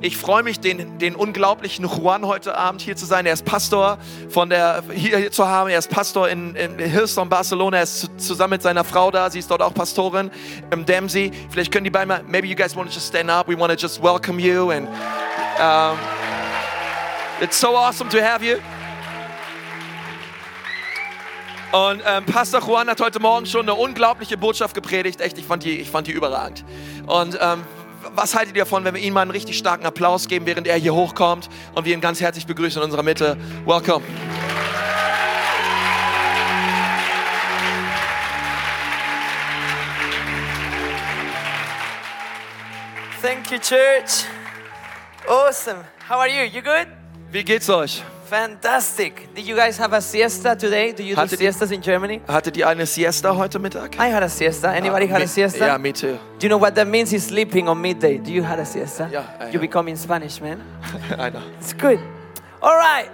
Ich freue mich, den, den unglaublichen Juan heute Abend hier zu sein. Er ist Pastor von der, hier, hier zu haben. Er ist Pastor in, in Hillsong, Barcelona. Er ist zu, zusammen mit seiner Frau da. Sie ist dort auch Pastorin im Dempsey. Vielleicht können die beiden mal, maybe you guys want to just stand up. We want to just welcome you. And um, it's so awesome to have you. Und ähm, Pastor Juan hat heute Morgen schon eine unglaubliche Botschaft gepredigt. Echt, ich fand die, ich fand die überragend. Und ähm, was haltet ihr davon, wenn wir ihm mal einen richtig starken Applaus geben, während er hier hochkommt und wir ihn ganz herzlich begrüßen in unserer Mitte? Welcome. Thank you, church. Awesome. How are you? You good? Wie geht's euch? Fantastic. Did you guys have a siesta today? Do you do Hatte die- siestas in Germany? Hattet ihr eine Siesta heute Mittag? I had a siesta. Anybody had Uh, Me- a siesta? Ja, me too. Do you know what that means? Is sleeping on midday. Do you had a siesta? Yeah, I You have. become in Spanish, man. I know. It's good. All right.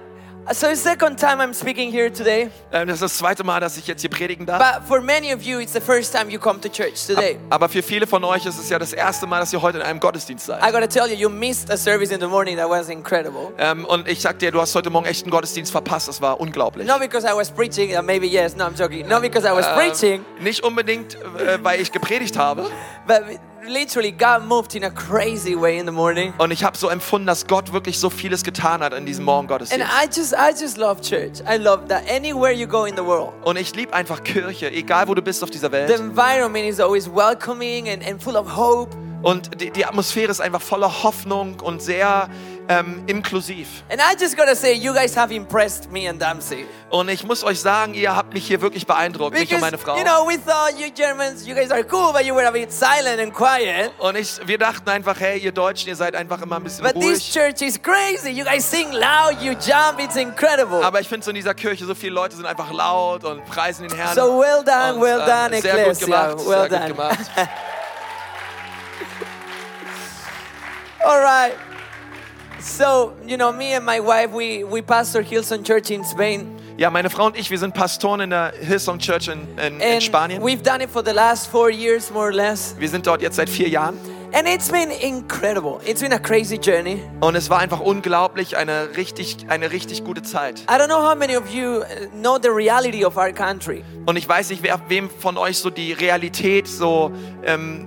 So second time I'm speaking here today, Ähm, das ist das zweite Mal, dass ich jetzt hier predigen darf. but for many of you it's the first time you come to church today. Aber für viele von euch ist es ja das erste Mal, dass ihr heute in einem Gottesdienst seid. I gotta tell you, you missed a service in the morning that was incredible. Ähm, und ich sag dir, du hast heute Morgen echt einen Gottesdienst verpasst. Das war unglaublich. Not because I was preaching, uh, maybe yes, no, I'm joking. Not because I was Uh, preaching, Also Nicht unbedingt, äh, weil ich gepredigt habe. but literally God moved in a crazy way in the morning. Und ich habe so empfunden, dass Gott wirklich so vieles getan hat in diesem And Morgengottesdienst. I just, I just love church. I love that anywhere you go in the world, Und ich liebe einfach Kirche, egal wo du bist auf dieser the Welt. environment is always welcoming and, and full of hope. Und die, die Atmosphäre ist einfach voller Hoffnung und sehr ähm, inklusiv. And I just gotta say, you guys have impressed me and Damsey. Und ich muss euch sagen, ihr habt mich hier wirklich beeindruckt, mich und meine Frau. you know, we thought you Germans, you guys are cool, but you were a bit silent and quiet. Und ich, wir dachten einfach, hey, ihr Deutschen, ihr seid einfach immer ein bisschen But this ruhig. church is crazy. You guys sing loud, you jump, it's incredible. Aber ich finde so in dieser Kirche, so viele Leute sind einfach laut und preisen den Herrn. So well done, Und, well ähm, done, sehr gut Ecclesia. gemacht, well sehr done. gut gemacht. All right. So, you know, me and my wife, we, we pastor Hilson Church in Spain. Ja, meine Frau und ich, wir sind Pastoren in der Hillsong Church in, in, in And Spanien. we've done it for the last four years, more or less. Wir sind dort jetzt seit vier Jahren. And it's been incredible. It's been a crazy journey. Und es war einfach unglaublich, eine richtig, eine richtig gute Zeit. I don't know how many of you uh, know the reality of our country. Und ich weiß nicht, wer, wem von euch so die Realität so ähm,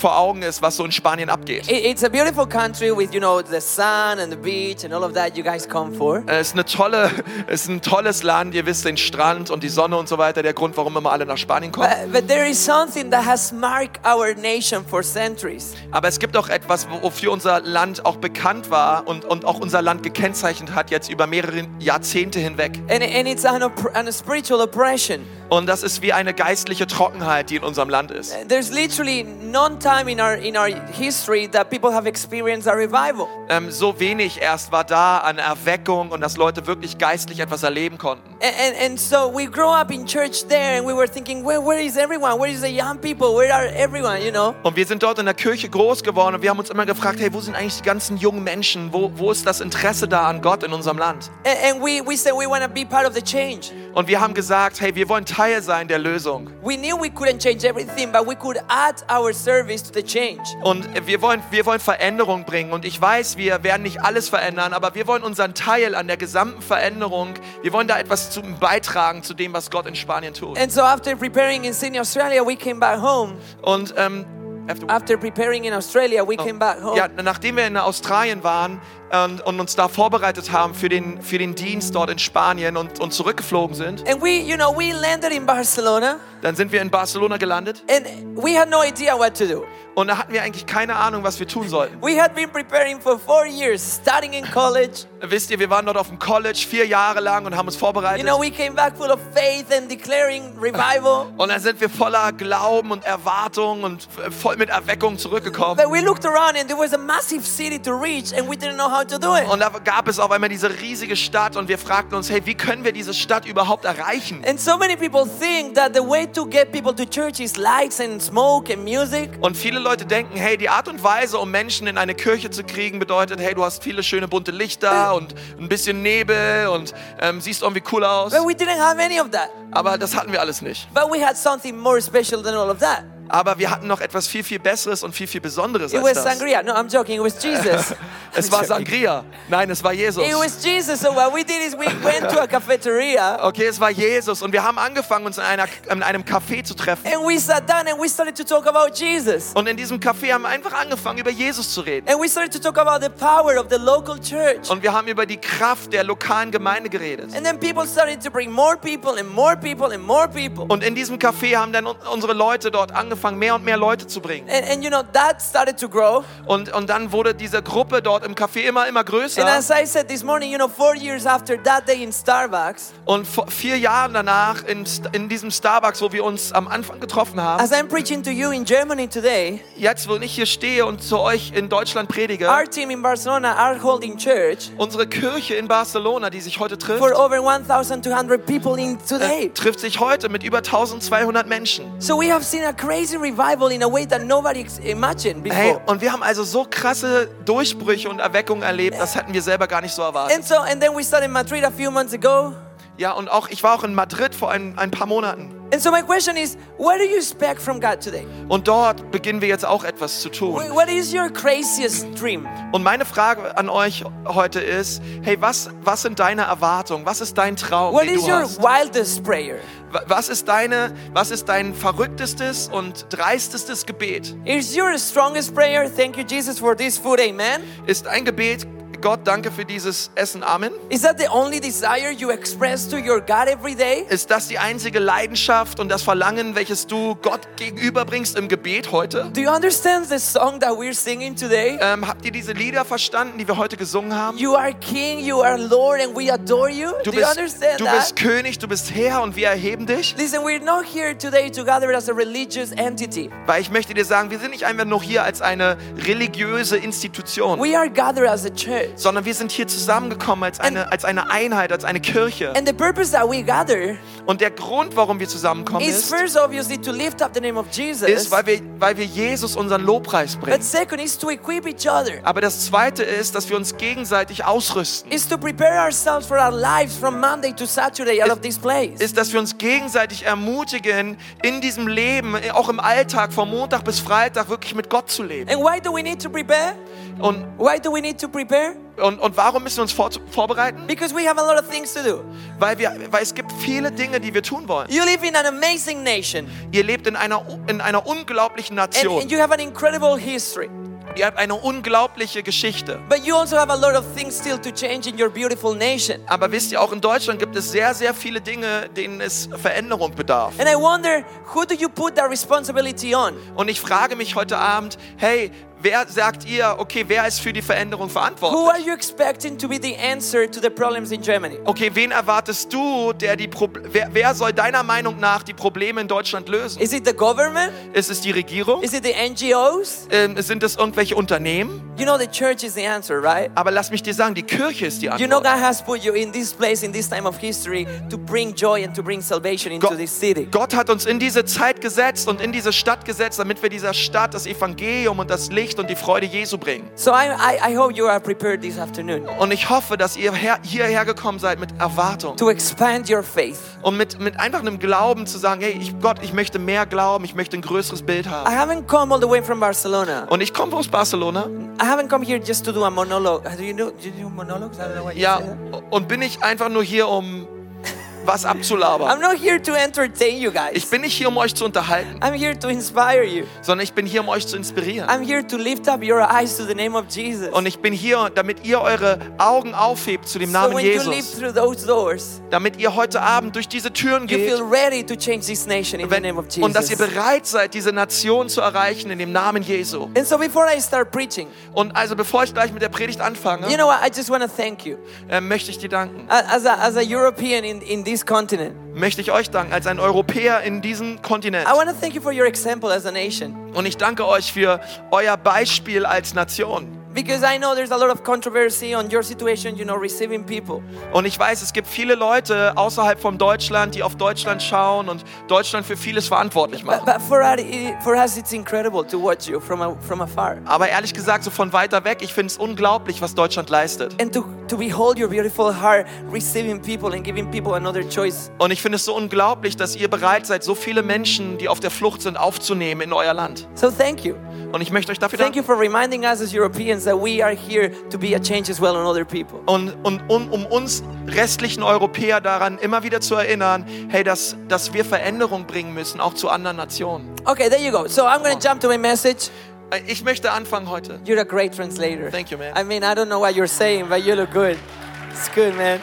vor Augen ist, was so in Spanien abgeht. It- It's a beautiful country with, you know, the sun and the beach and all of that you guys come for. Äh, Es ist, eine tolle, es ist ein tolles Land, ihr wisst den Strand und die Sonne und so weiter, der Grund, warum immer alle nach Spanien kommen. But, but there is something that has marked our nation for centuries. Aber es gibt auch etwas, wofür unser Land auch bekannt war und, und auch unser Land gekennzeichnet hat, jetzt über mehrere Jahrzehnte hinweg. And, and it's an, opp- an spiritual oppression. Und das ist wie eine geistliche Trockenheit, die in unserem Land ist. There's literally no time in our, in our history that people have experienced a revival. Ähm, so wenig erst war da an Erweckung und dass Leute wirklich geistlich etwas erleben konnten. And, and, and so we grow up in church there and we were thinking, where, where is everyone? Where is the young people? Where are everyone, you know? Und wir sind dort in der Kirche groß geworden und wir haben uns immer gefragt, hey, wo sind eigentlich die ganzen jungen Menschen? Wo, wo ist das Interesse da an Gott in unserem Land? And, and we, we said we want to be part of the change. Und wir haben gesagt, hey, wir wollen Teil sein der Lösung. We knew we couldn't change everything, but we could add our service to the change. Und wir wollen, wir wollen Veränderung bringen. Und ich weiß, wir werden nicht alles verändern, aber wir wollen unseren Teil an der gesamten Veränderung, wir wollen da etwas zu beitragen zu dem, was Gott in Spanien tut. And so after preparing in Sydney, Australia, we came back home. Und ähm, after- After preparing in Australia, we Oh, came back home. ja, nachdem wir in Australien waren und, und uns da vorbereitet haben für den, für den Dienst dort in Spanien und, und zurückgeflogen sind, And we, you know, we landed in Barcelona dann sind wir in Barcelona gelandet and we had no idea what to do. und da hatten wir eigentlich keine Ahnung, was wir tun sollten. We had been preparing for four years, studying in college. Wisst ihr, wir waren dort auf dem College vier Jahre lang und haben uns vorbereitet. You know, we came back full of faith and declaring revival. Und dann sind wir voller Glauben und Erwartung und voll mit Erweckung zurückgekommen. But we looked around and there was a massive city to reach and we didn't know how to do it. Und da gab es auf einmal diese riesige Stadt und wir fragten uns, hey, wie können wir diese Stadt überhaupt erreichen? And so many people think that the way to get people to church is lights and smoke and music. Und viele Leute denken, hey, die Art und Weise, um Menschen in eine Kirche zu kriegen, bedeutet, hey, du hast viele schöne bunte Lichter und ein bisschen Nebel und ähm, siehst irgendwie cool aus. But we didn't have any of that. Aber das hatten wir alles nicht. But we had something more special than all of that. Aber wir hatten noch etwas viel, viel Besseres und viel, viel Besonderes It was als das. sangria. No, I'm joking. It was Jesus. Es war Sangria. Nein, es war Jesus. It was Jesus. So what we did is we went to a cafeteria Okay, es war Jesus. Und wir haben angefangen, uns in, einer, in einem Café zu treffen. and we sat down and we started to talk about Jesus. Und in diesem Café haben wir einfach angefangen, über Jesus zu reden. And we started to talk about the power of the local church. Und wir haben über die Kraft der lokalen Gemeinde geredet. And then people started to bring more people and more people and more people. Und in diesem Café haben dann un- unsere Leute dort angefangen, mehr und mehr Leute zu bringen. And, and you know, that started to grow. Und, und dann wurde diese Gruppe dort im Café immer, immer And größer. as I said this morning, you know, four years after that day in Starbucks, Und vor vier Jahren danach in, St- in diesem Starbucks, wo wir uns am Anfang getroffen haben, as I'm preaching to you in Germany today, jetzt, wo ich hier stehe und zu euch in Deutschland predige, our team in Barcelona are holding church unsere Kirche in Barcelona, die sich heute trifft, for over 1,200 people in today. trifft sich heute mit über 1200 Menschen. So we have seen a crazy revival in a way that nobody ex- imagined before. Hey, oh. und wir haben also so krasse Durchbrüche und Erweckungen erlebt, das hatten wir selber gar nicht so erwartet. and so, and then we started in Madrid a few months ago. Ja, und auch ich war auch in Madrid vor ein, ein paar Monaten. And so my question is, what do you expect from God today? Und dort beginnen wir jetzt auch etwas zu tun. Wh- What is your craziest dream? Und meine Frage an euch heute ist, hey, was, was sind deine Erwartungen? Was ist dein Traum, What den is du your hast? wildest prayer? Wa- Was ist, deine, was ist dein verrücktestes und dreistestes Gebet? Is your strongest prayer, thank you Jesus for this food, amen? Ist ein Gebet, Gott, danke für dieses Essen, Amen? Is that the only desire you express to your God every day? Ist das die einzige Leidenschaft und das Verlangen, welches du Gott gegenüberbringst im Gebet heute? Do you understand the song that we're singing today? Ähm, habt ihr diese Lieder verstanden, die wir heute gesungen haben? You are King, you are Lord, and we adore you. Du Do you bist, understand du that? bist König, du bist Herr und wir erheben dich. Listen, we're not here today to gather as a religious entity. Weil ich möchte dir sagen, wir sind nicht einfach nur hier als eine religiöse Institution, We are gathered as a church. sondern wir sind hier zusammengekommen als eine, als eine Einheit, als eine Kirche. And the purpose that we gather Und der Grund, warum wir zusammenkommen, is ist, first, obviously, to lift up the name of ist Jesus. weil, wir, weil wir Jesus unseren Lobpreis But bringen. second is to equip each other, Aber das Zweite ist, dass wir uns gegenseitig ausrüsten. is to prepare ourselves for our lives from Monday to Saturday out of this place. ist, dass wir uns gegenseitig ermutigen, in diesem Leben, auch im Alltag, von Montag bis Freitag wirklich mit Gott zu leben. And why do we need to prepare? Und, Why do we need to prepare? und, und warum müssen wir uns vor, vorbereiten? Because we have a lot of things to do. Weil, wir, weil es gibt viele Dinge, die wir tun wollen. You live in an amazing nation Ihr lebt in einer, in einer unglaublichen and, Nation. and you have an incredible history, Ihr habt eine unglaubliche Geschichte. but you also have a lot of things still to change in your beautiful nation. Aber wisst ihr, auch in Deutschland gibt es sehr, sehr viele Dinge, denen es Veränderung bedarf. And I wonder who do you put that responsibility on? Und ich frage mich heute Abend, hey, wer sagt ihr, okay, wer ist für die Veränderung Who verantwortlich? are you expecting to be the answer to the problems in Germany? Okay, wen erwartest du, der die Proble wer, wer soll deiner Meinung nach die Probleme in Deutschland lösen? Is it the government? Ist es die Regierung? Is it the NGOs? Ähm, sind es irgendwelche Unternehmen? You know the church is the answer, right? Aber lass mich dir sagen, die Kirche ist die You know Antwort. God has put you in this place in this time of history to bring joy and to bring salvation into Gott- this city. Gott hat uns in diese Zeit gesetzt und in diese Stadt gesetzt, damit wir dieser Stadt das Evangelium und das Licht und die Freude Jesu bringen. So I, I, I hope you are prepared this afternoon Und ich hoffe, dass ihr her hierher gekommen seid mit Erwartung to expand your faith. und mit, mit einfach einem Glauben zu sagen, hey, ich, Gott, ich möchte mehr glauben, ich möchte ein größeres Bild I haben. haven't come all the way from Barcelona. Und ich komme aus Barcelona. I haven't come here just to do a monologue. Do you know do you do monologues? I don't know what you Ja, say. und bin ich einfach nur hier, um was I'm abzulabern. not here to entertain you Ich guys. bin nicht hier, um euch zu unterhalten, I'm here to inspire you. sondern ich bin hier, um euch zu inspirieren. I'm here to lift up your eyes to the name of Jesus. Und ich bin hier, damit ihr eure Augen aufhebt zu dem so Namen when you leap Jesus. through those doors, Damit ihr heute Abend durch diese Türen you geht feel ready to change this nation in the wenn, name of und dass ihr Jesus. bereit seid, diese Nation zu erreichen in dem Namen Jesu. And so before I start preaching, Und also bevor ich gleich mit der Predigt you anfange, know what? I just want to thank you. äh, möchte ich dir danken. A- As a, as a European in, in this continent, Möchte ich euch danken als ein Europäer in diesem Kontinent. I want to thank you for your example as a nation. Und ich danke euch für euer Beispiel als Nation. Because I know there's a lot of controversy on your situation, you know, receiving people. Und ich weiß, es gibt viele Leute außerhalb von Deutschland, die auf Deutschland schauen und Deutschland für vieles verantwortlich But, machen. but for, us, it, for us, it's incredible to watch you from, a, from afar Aber ehrlich gesagt, so von weiter weg, ich finde es unglaublich, was Deutschland leistet. and to, to to behold your beautiful heart, receiving people and giving people another choice. Und ich finde es so unglaublich, dass ihr bereit seid, so viele Menschen, die auf der Flucht sind, aufzunehmen in euer Land. So thank you. Und ich möchte euch dafür Thank danken. you for reminding us as Europeans that we are here to be a change as well on other people. Und, und, und um uns restlichen Europäer daran immer wieder zu erinnern, hey, dass, dass wir Veränderung bringen müssen, auch zu anderen Nationen. Okay, there you go. So I'm going to jump to my message. Äh, Ich möchte anfangen heute. You're a great translator. Thank you, man. I mean, I don't know what you're saying, but you look good. It's good, man.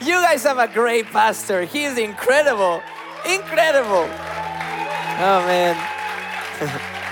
You guys have a great pastor. He is incredible. Incredible. Oh, man.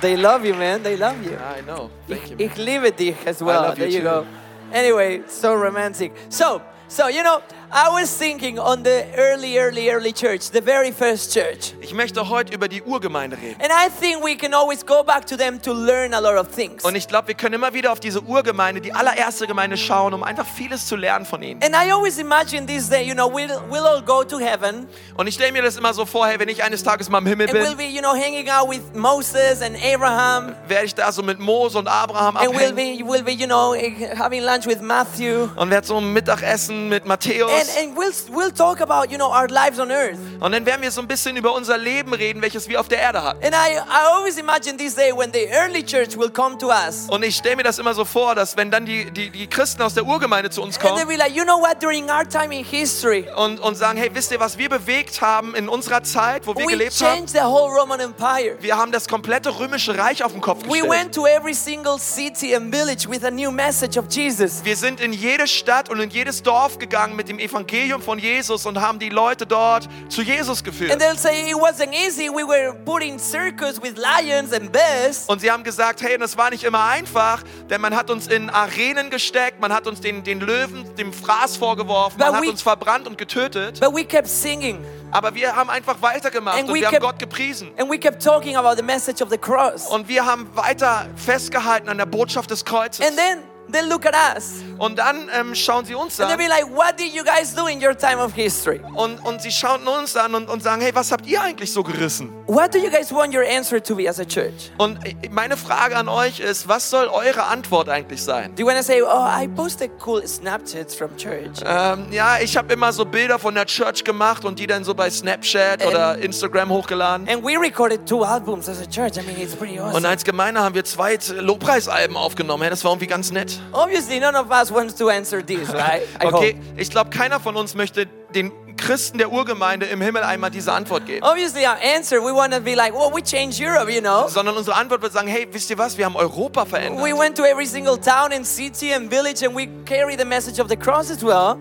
they love you, man. They love you. I know. Thank you. Ich liebe dich as well. love you there you too. go. Anyway, so romantic. So, so you know, I was thinking on the early, early, early church, the very first church. Ich möchte heute über die Urgemeinde reden. And I think we can always go back to them to learn a lot of things. Und ich glaube, wir können immer wieder auf diese Urgemeinde, die allererste Gemeinde schauen, um einfach vieles zu lernen von ihnen. And I always imagine this day, you know, we'll, we'll all go to heaven Und ich stelle mir das immer so vor, hey, wenn ich eines Tages mal im Himmel and we'll bin, be, you know, hanging out with Moses and Abraham. werde ich da so mit Mose und Abraham And we'll abhängen be, we'll be, you know, having lunch with Matthew. und werde so ein Mittagessen mit And, Matthäus. and we'll, we'll talk about, you know, our lives on earth. Und dann werden wir so ein bisschen über unser Leben reden, welches wir auf der Erde hatten. And I, I always imagine this day when the early church will come to us. Und ich stelle mir das immer so vor, dass wenn dann die, die, die Christen aus der Urgemeinde zu uns And they'll kommen be like, you know what, during our time in history, und, und sagen, hey, wisst ihr, was wir bewegt haben in unserer Zeit, wo wir we gelebt haben? changed the whole Roman Empire. Wir haben das komplette römische Reich auf den Kopf We gestellt. went to every single city and village with a new message of Jesus. Wir sind in jede Stadt und in jedes Dorf gegangen mit dem Evangelium von Jesus und haben die Leute dort zu Jesus geführt. And they'll say it wasn't easy. We were put in circus with lions and bears. Und sie haben gesagt, hey, das war nicht immer einfach, denn man hat uns in Arenen gesteckt, man hat uns den, den Löwen, dem Fraß vorgeworfen, man But hat we- uns verbrannt und getötet. But we kept singing Aber wir haben einfach weitergemacht And und we wir haben kept- Gott gepriesen. and we kept talking about the message of the cross. Und wir haben weiter festgehalten an der Botschaft des Kreuzes. And then they look at us Und dann ähm, schauen sie uns and they'll an be like, What did you guys do in your time of history? und, und sie schauen uns an und, und sagen, hey, was habt ihr eigentlich so gerissen? What do you guys want your answer to be as a church? Und äh, meine Frage an euch ist, was soll eure Antwort eigentlich sein? Do you want to say, Oh, I posted cool Snapchats from church? Ähm, ja, ich habe immer so Bilder von der Church gemacht und die dann so bei Snapchat oder Instagram hochgeladen. And we recorded two albums as a church. I mean, it's pretty Und awesome. als Gemeinde haben wir zwei Lobpreisalben aufgenommen. Ja, das war irgendwie ganz nett. Obviously, none of us wants to answer this, right? I Okay, hope. ich glaube, keiner von uns möchte den Christen der Urgemeinde im Himmel einmal diese Antwort geben. Obviously, our answer, we want to be like, Well, we changed Europe, you know? Sondern unsere Antwort wird sagen, hey, wisst ihr was, wir haben Europa verändert. We went to every single town and city and village and we carry the message of the cross as well.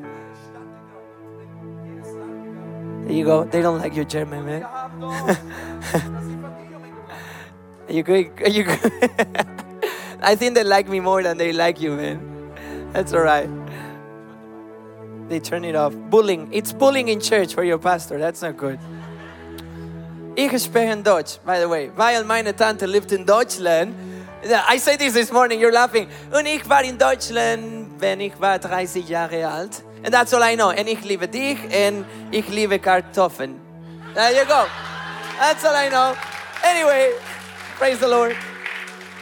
There you go. They don't like your German, man. Are you good? Are you good? I think they like me more than they like you, man. That's all right. They turn it off. Bullying. It's bullying in church for your pastor. That's not good. Ich spreche Deutsch, by the way, weil meine Tante lebt in Deutschland. I say this this morning, you're laughing. Und ich war in Deutschland, wenn ich war 30 Jahre alt. And that's all I know. And ich liebe dich und ich liebe Kartoffeln. There you go. That's all I know. Anyway, praise the Lord.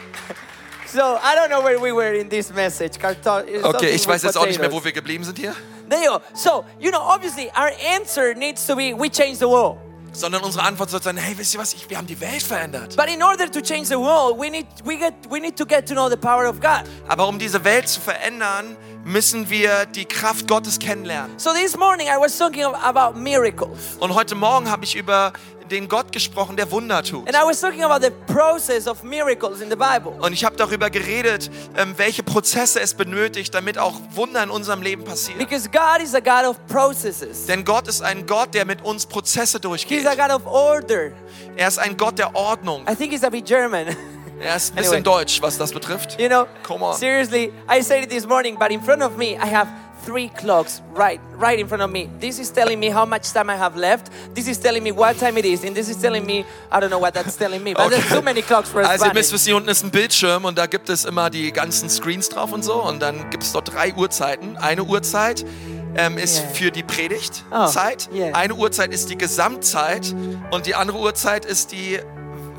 So, I don't know where we were in this message. Karto Okay, ich weiß jetzt auch nicht mehr, we. wo wir geblieben sind hier. There you go. So, you know, obviously, our answer needs to be we change the world. Sondern unsere Antwort soll sein, hey, wisst ihr was, ich, wir haben die Welt verändert. But in order to change the world, we need we get we need to get to know the power of God. Aber um diese Welt zu verändern, müssen wir die Kraft Gottes kennenlernen. So this morning I was talking ab- about miracles, Und heute Morgen habe ich über den Gott gesprochen, der Wunder tut. and I was talking about the process of miracles in the Bible. Und ich habe darüber geredet, ähm, welche Prozesse es benötigt, damit auch Wunder in unserem Leben passieren. Because God is a God of processes. Denn Gott ist ein Gott, der mit uns Prozesse He's durchgeht. a God of order. Er ist ein Gott der Ordnung. I think he's a bit German. Er ist ein Anyway. bisschen deutsch, was das betrifft. you know. Come on. Seriously, I said it this morning, but in front of me I have three clocks right right in front of me. This is telling me how much time I have left. This is telling me what time it is, and this is telling me I don't know what that's telling me. But there's Okay. too many clocks for Also ihr Spanish. müsst wissen, hier unten ist ein Bildschirm und da gibt es immer die ganzen Screens drauf und so. Und dann gibt es dort drei Uhrzeiten. Eine Uhrzeit ähm, ist Yeah. für die Predigtzeit. Oh, yeah. Eine Uhrzeit ist die Gesamtzeit und die andere Uhrzeit ist die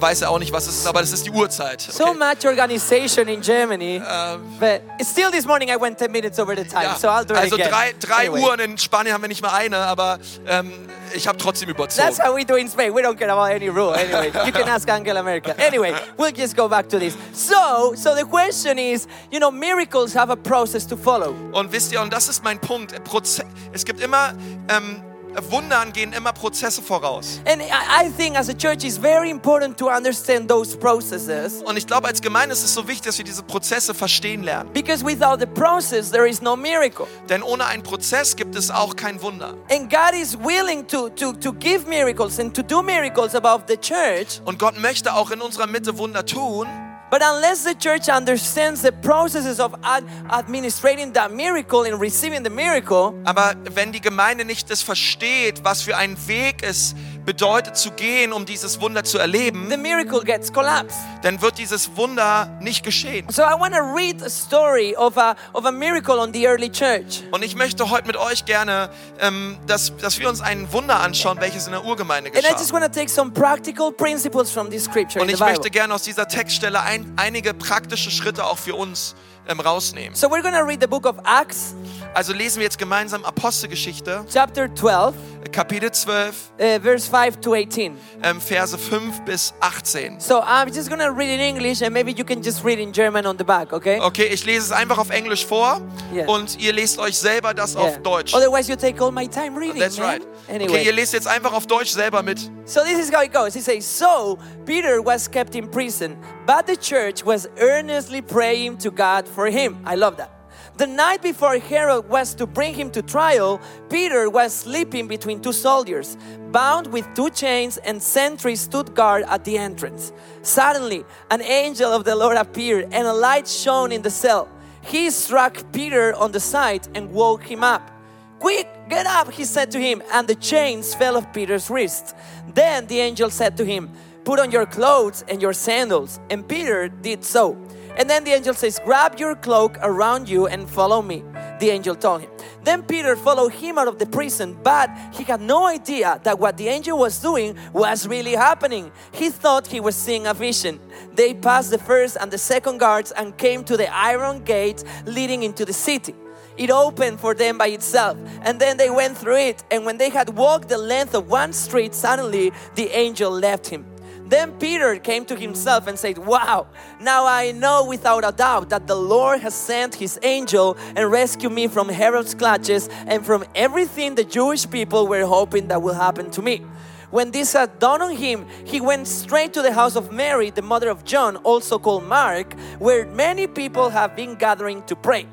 weiß er auch nicht, was es ist, aber das ist die Uhrzeit. So Okay. much organization in Germany. Ähm, But still, this morning I went 10 minutes over the time, ja. so I'll do it Also again. drei, drei Anyway, Uhren in Spanien haben wir nicht mal eine, aber ähm, ich habe trotzdem überzogen. That's how we do in Spain. We don't care about any rule. Anyway, you can ask Angela Merkel. Anyway, we'll just go back to this. So, so the question is, you know, miracles have a process to follow. Und wisst ihr, und das ist mein Punkt, äh, Proze es gibt immer, ähm, Wundern gehen immer Prozesse voraus. And I I think as a church, it's very important to understand those processes Und ich glaube, als Gemeinde ist es so wichtig, dass wir diese Prozesse verstehen lernen. because without the process, there is no miracle. Denn ohne einen Prozess gibt es auch kein Wunder. And God is willing to, to, to give miracles and to do miracles above the church. Und Gott möchte auch in unserer Mitte Wunder tun, But unless the church understands the processes of ad- administrating that miracle and receiving the miracle, aber wenn die Gemeinde nicht das versteht, was für ein Weg es bedeutet zu gehen, um dieses Wunder zu erleben, the miracle gets collapsed. dann wird dieses Wunder nicht geschehen. So I want to read a story of a, of a miracle on the early church. Und ich möchte heute mit euch gerne, ähm, dass, dass wir uns ein Wunder anschauen, welches in der Urgemeinde And I geschah. just want to take some practical principles from this scripture in Und the ich Bible. möchte gerne aus dieser Textstelle ein, einige praktische Schritte auch für uns ähm, rausnehmen. So we're going to read the book of Acts, Also lesen wir jetzt gemeinsam Apostelgeschichte, chapter 12, Kapitel 12, uh, verse 5 to 18. ähm, Verse 5 bis 18. So I'm just going to read in English and maybe you can just read in German on the back, okay? Okay, ich lese es einfach auf Englisch vor Yeah. und ihr lest euch selber das Yeah. auf Deutsch. Otherwise, you take all my time reading. That's man. right. Okay, Anyway, ihr lest jetzt einfach auf Deutsch selber mit. so this is how it goes. He says, So Peter was kept in prison, but the church was earnestly praying to God for him. I love that. The night before Herod was to bring him to trial, Peter was sleeping between two soldiers, bound with two chains, and sentries stood guard at the entrance. Suddenly, an angel of the Lord appeared, and a light shone in the cell. He struck Peter on the side and woke him up. Quick, get up, he said to him, and the chains fell off Peter's wrist. Then the angel said to him, Put on your clothes and your sandals. And Peter did so. And then the angel says, Grab your cloak around you and follow me, the angel told him. Then Peter followed him out of the prison, but he had no idea that what the angel was doing was really happening. He thought he was seeing a vision. They passed the first and the second guards and came to the iron gate leading into the city. It opened for them by itself, and then they went through it. And when they had walked the length of one street, suddenly the angel left him. Then Peter came to himself and said, Wow, now I know without a doubt that the Lord has sent his angel and rescued me from Herod's clutches and from everything the Jewish people were hoping that will happen to me. When this had dawned on him, he went straight to the house of Mary, the mother of John, also called Mark, where many people have been gathering to pray.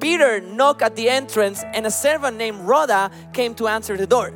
Peter knocked at the entrance, and a servant named Rhoda came to answer the door.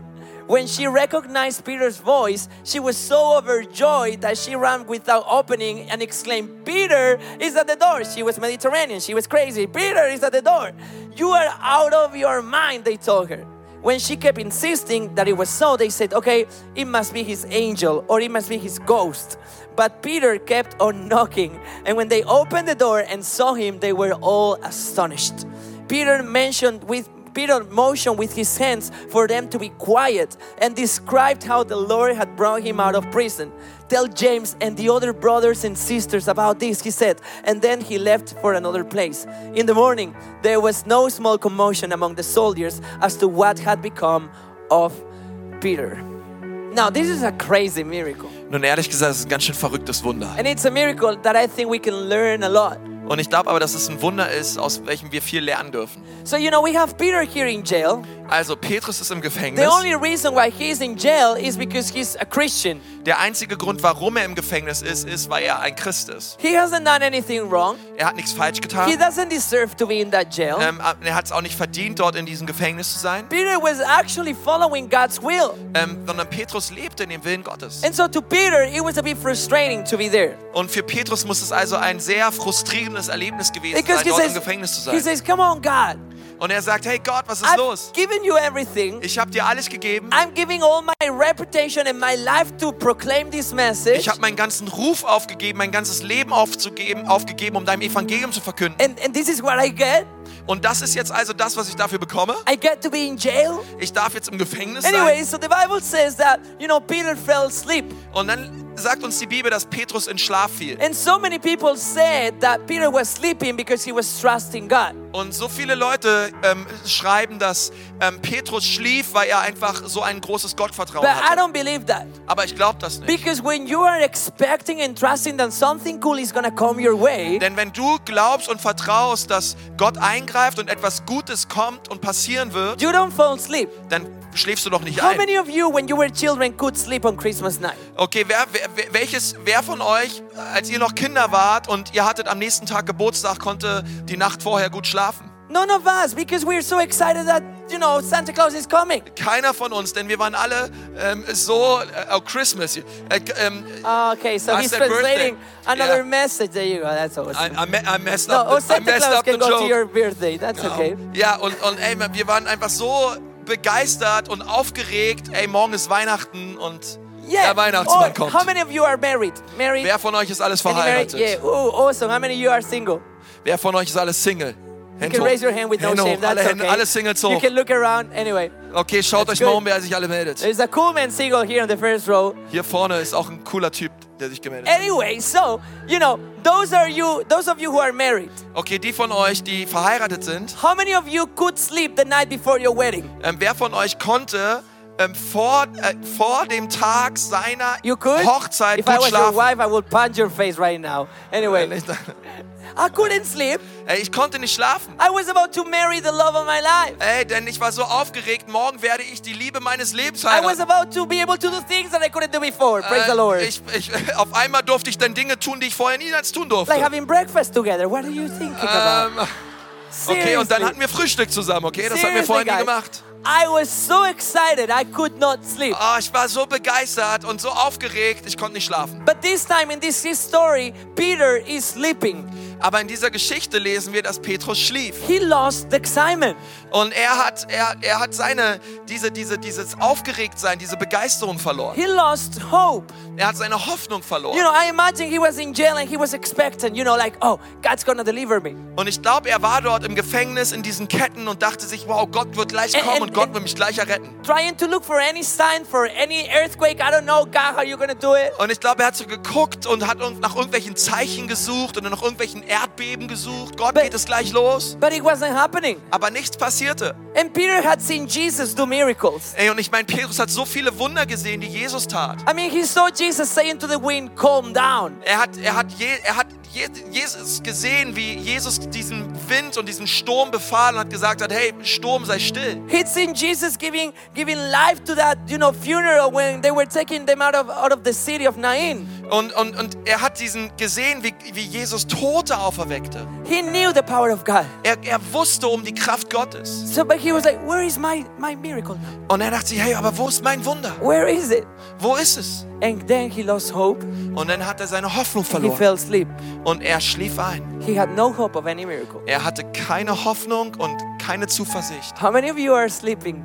When she recognized Peter's voice, she was so overjoyed that she ran without opening and exclaimed, Peter is at the door. She was Mediterranean, she was crazy. Peter is at the door. You are out of your mind, they told her. When she kept insisting that it was so, they said, okay, it must be his angel or it must be his ghost. But Peter kept on knocking, and when they opened the door and saw him, they were all astonished. Peter mentioned with Peter motioned with his hands for them to be quiet and described how the Lord had brought him out of prison. Tell James and the other brothers and sisters about this, he said, and then he left for another place. In the morning, there was no small commotion among the soldiers as to what had become of Peter. Now, this is a crazy miracle. Nun ehrlich gesagt, es ist ein ganz schön verrücktes Wunder. And it's a miracle that I think we can learn a lot. Und ich glaube aber, dass es ein Wunder ist, aus welchem wir viel lernen dürfen. So, you know, we have Peter here in jail. Also Petrus ist im The Gefängnis. only reason why he's in jail is because he's a Christian. Der einzige Grund, warum er im Gefängnis ist, ist, weil er ein Christ ist. He hasn't done anything wrong. Er hat nichts falsch He getan. doesn't deserve to be in that jail. Ähm, er hat es auch nicht verdient, dort in diesem Gefängnis zu sein. Peter was actually following God's will. Ähm, sondern Petrus lebte in dem Willen Gottes. And so to Peter, it was a bit frustrating to be there. Und für Petrus muss es also ein sehr frustrierendes Erlebnis gewesen sein, Because he dort im says, Gefängnis zu he sein. says, Come on, God. Und er sagt, hey Gott, was ist los? I've given you everything. Ich habe dir alles gegeben. I'm giving all my reputation and my life to proclaim this message. Ich habe meinen ganzen Ruf aufgegeben, mein ganzes Leben aufzugeben, aufgegeben, um deinem Evangelium zu verkünden. And, and this is what I get. Und das ist jetzt also das, was ich dafür bekomme. I get to be in jail. Ich darf jetzt im Gefängnis sein. Anyway, so the Bible says that, you know, Peter fell asleep. Und dann sagt uns die Bibel, dass Petrus in Schlaf fiel. And so many people said that Peter was sleeping because he was trusting God. Und so viele Leute ähm, schreiben, dass ähm, Petrus schlief, weil er einfach so ein großes Gottvertrauen But I hatte. don't believe that. Aber ich glaube das nicht. Because when you are expecting and trusting that something cool is going to come your way, Denn wenn du glaubst und vertraust, dass Gott eingreift und etwas Gutes kommt und passieren wird, you don't fall asleep. dann schläfst du doch nicht How ein. many of you, when you were children, could sleep on Christmas night? Okay, wer, wer, wer- welches, wer von euch, als ihr noch Kinder wart und ihr hattet am nächsten Tag Geburtstag, konnte die Nacht vorher gut schlafen? None of us, because we're so excited that, you know, Santa Claus is coming. Keiner von uns, denn wir waren alle ähm, so, äh, oh Christmas, äh, k- ähm, Okay, so I he's said birthday. translating another Yeah. message. There you go. That's I, awesome. I, me I messed no, up, oh, the, I Santa messed Claus up the can go to joke. your birthday. That's okay. Ja, und, und ey, wir waren einfach so begeistert und aufgeregt. Ey, morgen ist Weihnachten und Yeah. der Weihnachtsmann Or kommt. How many of you are married? Married? Wer von euch ist alles Any married? verheiratet? Yeah. Oh, awesome. How many of you are single? Wer von euch ist alles Single? You Hände can hoch. raise your hand with no Hände shame. hoch. Alle, That's Hände, okay. alle Singles You hoch. can look around. Anyway, Okay, schaut That's euch mal good. um, wer sich alle meldet. there's a cool man single here in the first row. Hier vorne ist auch ein cooler Typ, der sich gemeldet hat. Anyway, so you know, those are you. Those of you who are married. Okay, die von euch, die verheiratet sind, How many of you could sleep the night before your wedding? ähm, wer von euch konnte ähm, vor, äh, vor dem Tag seiner You could. Hochzeit If I gut was your schlafen? wife, I would punch your face right now. Anyway, I couldn't sleep. Ey, ich konnte nicht schlafen. I was about to marry the love of my life. Ey, denn ich war so aufgeregt, morgen werde ich die Liebe meines Lebens I was heiraten. about to be able to do things that I couldn't do before. Praise the Lord. Äh, ich, ich, auf einmal durfte ich dann Dinge tun, die ich vorher niemals tun durfte. Like having breakfast together. What are you thinking about? ähm, okay, oh, und dann hatten wir Frühstück zusammen, okay? Das haben wir Seriously, vorher nie guys. gemacht. I was so excited I could not sleep. Ah, ich war so begeistert und so aufgeregt, ich konnte nicht schlafen. But this time in this story, Peter is sleeping. Aber in dieser Geschichte lesen wir, dass Petrus schlief. He lost the excitement. Und er hat, er, er hat seine, diese, diese, dieses Aufgeregtsein, diese Begeisterung verloren. He lost hope. Er hat seine Hoffnung You verloren. know, I imagine he was in jail and he was expectant, you know, like, oh, God's gonna deliver me. Und ich glaube, er war dort im Gefängnis in diesen Ketten und dachte sich, wow, Gott wird gleich And- kommen and- und Gott and- wird mich gleich erretten. Trying to look for any sign, for any earthquake. I don't know, God, how you gonna do it. Und ich glaube, er hat so geguckt und hat irgend- nach irgendwelchen Zeichen gesucht und nach irgendwelchen Erdbeben gesucht. Gott But- geht es gleich los. But it wasn't happening. Aber nichts passierte. And Peter had seen Jesus do miracles. Ey, und ich meine, Petrus hat so viele Wunder gesehen, die Jesus tat. I mean, he saw Jesus saying to the wind, calm down. Er hat, er hat, je, er hat je, Jesus gesehen, wie Jesus diesem Wind und diesem Sturm befahl und hat gesagt hat, hey, Sturm, sei still. He'd seen Jesus giving giving life to that, you know, funeral when they were taking them out of out of the city of Nain. Und, und, und er hat diesen gesehen, wie, wie Jesus Tote auferweckte. He knew the power of God. Er, er wusste um die Kraft Gottes. So but he was like, Where is my, my miracle now? Und er dachte sich, hey, aber wo ist mein Wunder? Where is it? Wo ist es? And then he lost hope. Und dann hat er seine Hoffnung He verloren. fell asleep. Und er schlief ein. He had no hope of any miracle. Er hatte keine Hoffnung und keine Zuversicht. How many of you are sleeping?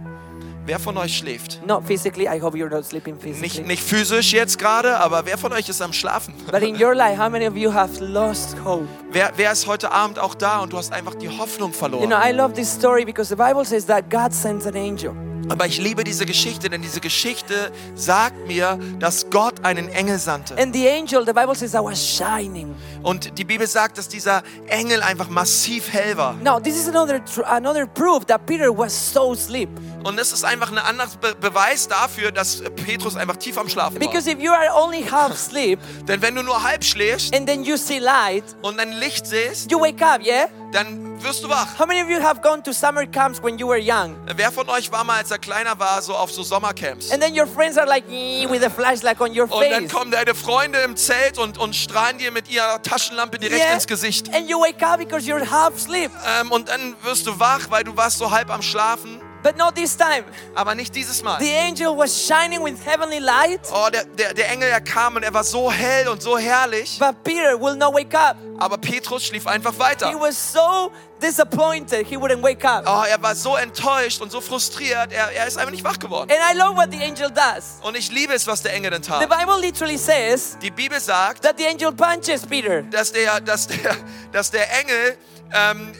Wer von euch schläft? Not physically, I hope you're not sleeping Nicht, physically. nicht physisch jetzt gerade, aber wer von euch ist am Schlafen? But in your life, how many of you have lost hope? Wer, wer ist heute Abend auch da und du hast einfach die Hoffnung You know, verloren? I love this story because the Bible says that God sends an angel. Aber ich liebe diese Geschichte, denn diese Geschichte sagt mir, dass Gott einen Engel sandte. And the angel, the Bible says, I was shining. Und die Bibel sagt, dass dieser Engel einfach massiv hell war. Now, this is another tr- another proof that Peter was so asleep. Und das ist einfach ein anderer Be Beweis dafür, dass Petrus einfach tief am Schlafen war. Because if you are only half asleep Denn wenn du nur halb schläfst and then you see light, und ein Licht siehst, you wake up, yeah? dann wirst du wach. How many of you have gone to summer camps when you were young? Wer von euch war mal, als er kleiner war, so auf so Sommercamps? And then your friends are like, "Ee," with a flashlight on your Und dann face. kommen deine Freunde im Zelt und, und strahlen dir mit ihrer Taschenlampe direkt Yeah? ins Gesicht. And you wake up because you're half asleep. Ähm, und dann wirst du wach, weil du warst so halb am Schlafen. But not this time. Aber nicht dieses Mal. The angel was shining with heavenly light, Oh, der, der, der Engel, er kam und er war so hell und so herrlich. but Peter will not wake up. Aber Petrus schlief einfach He weiter. was so disappointed he wouldn't wake up. Oh, er war so enttäuscht und so frustriert. Er, er ist einfach nicht wach geworden. And I love what the angel does. Und ich liebe es, was der Engel dann Eh- The tat. Bible literally says Die Bibel sagt, that the angel punches Peter. dass der, dass der, dass der Engel, ähm,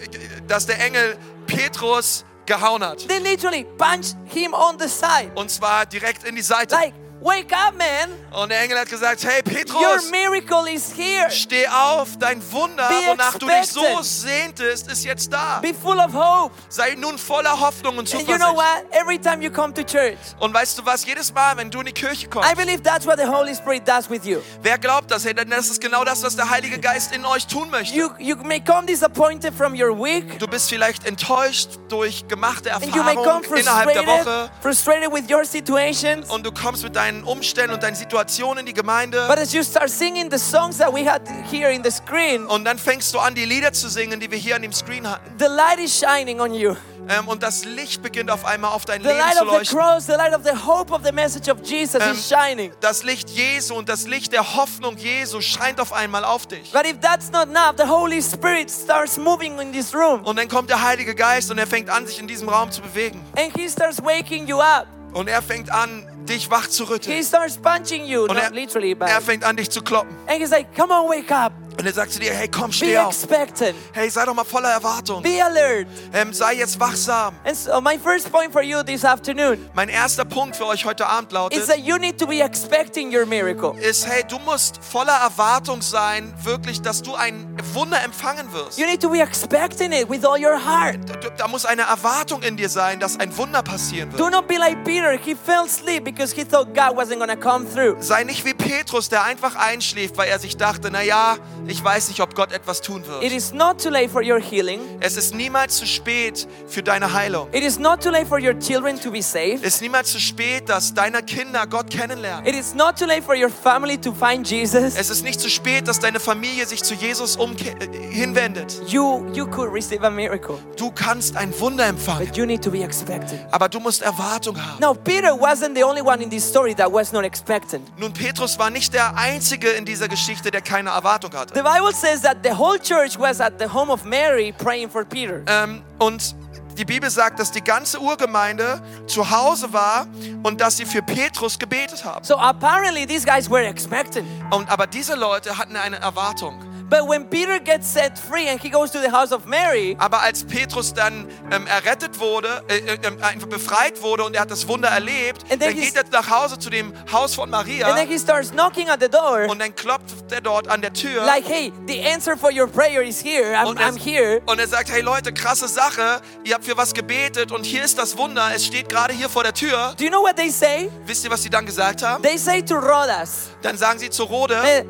dass der Engel Petrus gehauen hat. They literally punch him on the side. Und zwar direkt in die Seite. Like, Wake up, man. Und der Engel hat gesagt, hey Your Petrus, miracle is here. steh auf, dein Wunder, Be wonach du dich so expectant. sehntest, ist jetzt da. Be full of hope. Sei nun voller Hoffnung und And you know Zuversicht. what? Every time you come to church, Und weißt du was, jedes Mal, wenn du in die Kirche kommst, I believe that's what the Holy Spirit does with you. wer glaubt das? Hey, denn das ist genau das, was der Heilige Geist in euch tun möchte. You you may come disappointed from your week, Du bist vielleicht enttäuscht durch gemachte and you may come Erfahrungen innerhalb der frustrated, Woche. frustrated with your situations. Und du kommst mit deinen Umständen und deinen Situationen in die Gemeinde. But as you start singing the songs that we had here in the screen, Und dann fängst du an, die Lieder zu singen, die wir hier an dem Screen hatten. the light is shining on you. Ähm, und das Licht beginnt auf einmal auf dein The Leben light zu of the leuchten. cross, the light of the hope of the message of Jesus Um, is shining. Das Licht Jesu und das Licht der Hoffnung Jesu scheint auf einmal auf dich. But if that's not enough, the Holy Spirit starts moving in this room Und dann kommt der Heilige Geist und er fängt an, sich in diesem Raum zu bewegen. and He starts waking you up. Und er fängt an, dich wach zu He rütteln. starts punching you, Und not er, literally, er but. fängt an, dich zu kloppen. And He's like, come on, wake up. Und er sagt zu dir, hey, komm, Be steh auf. expectant. Hey, sei doch mal voller Erwartung. Be alert. Ähm, sei jetzt wachsam. And so, my first point for you this afternoon Mein erster Punkt für euch heute Abend is lautet, that you need to be expecting your miracle. ist, hey, du musst voller Erwartung sein, wirklich, dass du ein Wunder empfangen wirst. You need to be expecting it with all your heart. Du- Da muss eine Erwartung in dir sein, dass ein Wunder passieren wird. Do not be like Peter. He fell asleep because he thought God wasn't going to come through. Sei nicht wie Petrus, der einfach einschläft, weil er sich dachte, naja, ich weiß nicht, ob Gott etwas tun It wird. is not too late for your healing. Es ist niemals zu spät für deine Heilung. It is not too late for your children to be saved. Es ist niemals zu spät, dass deine Kinder Gott kennenlernen. It is not too late for your family to find Jesus. Es ist nicht zu spät, dass deine Familie sich zu Jesus umke- äh, hinwendet. You you could receive a miracle, Du kannst ein Wunder empfangen, but you need to be expectant. aber du musst Erwartung haben. Now Peter wasn't the only one in this story that was not expectant. Nun, Petrus war nicht der Einzige in dieser Geschichte, der keine Erwartung hatte. The Bible says that the whole church was at the home of Mary praying for Peter. Ähm, und die Bibel sagt, dass die ganze Urgemeinde zu Hause war und dass sie für Petrus gebetet haben. So apparently these guys were expectant. Und, aber diese Leute hatten eine Erwartung. But when Peter gets set free and he goes to the house of Mary, Aber als Petrus dann ähm, errettet wurde, äh, äh, ähm, einfach befreit wurde und er hat das Wunder erlebt, And then dann he's- geht er nach Hause zu dem Haus von and Maria then he starts knocking at the door. und dann klopft er dort an der Tür. like, hey, the answer for your prayer is here. I'm, Und I'm here. er, und er sagt, hey Leute, krasse Sache, ihr habt für was gebetet und hier ist das Wunder, es steht gerade hier vor der Tür. Do you know what they say? Wisst ihr, was sie dann gesagt haben? They say to Rodas, Dann sagen sie zu Rode eh,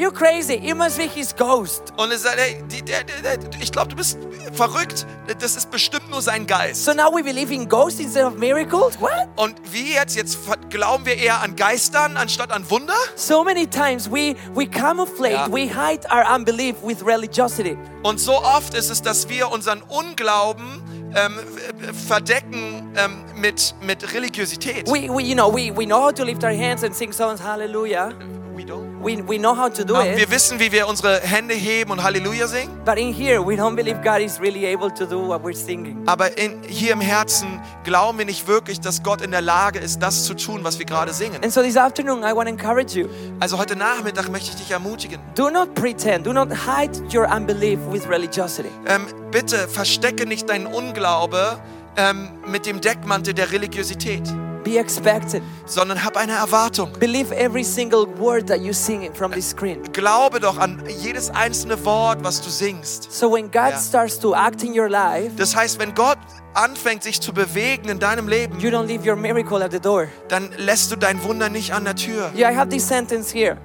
you're crazy. It must be his ghost. und er sagt, hey, die, der, der, der, ich glaube, du bist verrückt. Das ist bestimmt nur sein Geist. So now we believe in ghosts instead of miracles? What? Und wie jetzt? Jetzt ver- glauben wir eher an Geistern anstatt an Wunder? So many times we, we camouflate, Yeah. we hide our unbelief with religiosity. Und so oft ist es, dass wir unseren Unglauben ähm, w- verdecken ähm, mit, mit Religiosität. We, we you know, we, we know how to lift our hands and sing songs, hallelujah. We don't. We, we know how to do Ähm, wir it. wissen, wie wir unsere Hände heben und Halleluja singen. But in here, we don't believe God is really able to do what we're singing. Aber in, hier im Herzen glauben wir nicht wirklich, dass Gott in der Lage ist, das zu tun, was wir gerade singen. And so this afternoon, I want to encourage you. Also heute Nachmittag möchte ich dich ermutigen. Do not pretend, do not hide your unbelief with religiosity. Ähm, bitte verstecke nicht deinen Unglaube ähm, mit dem Deckmantel der Religiosität, Be expectant. sondern hab eine Erwartung. Believe every single word that you sing from the screen. Glaube doch an jedes einzelne Wort, was du singst. So when God Yeah. starts to act in your life, Das heißt, wenn Gott anfängt, sich zu bewegen in deinem Leben, you don't leave your miracle at the door. dann lässt du dein Wunder nicht an der Tür. Yeah, I have this sentence here.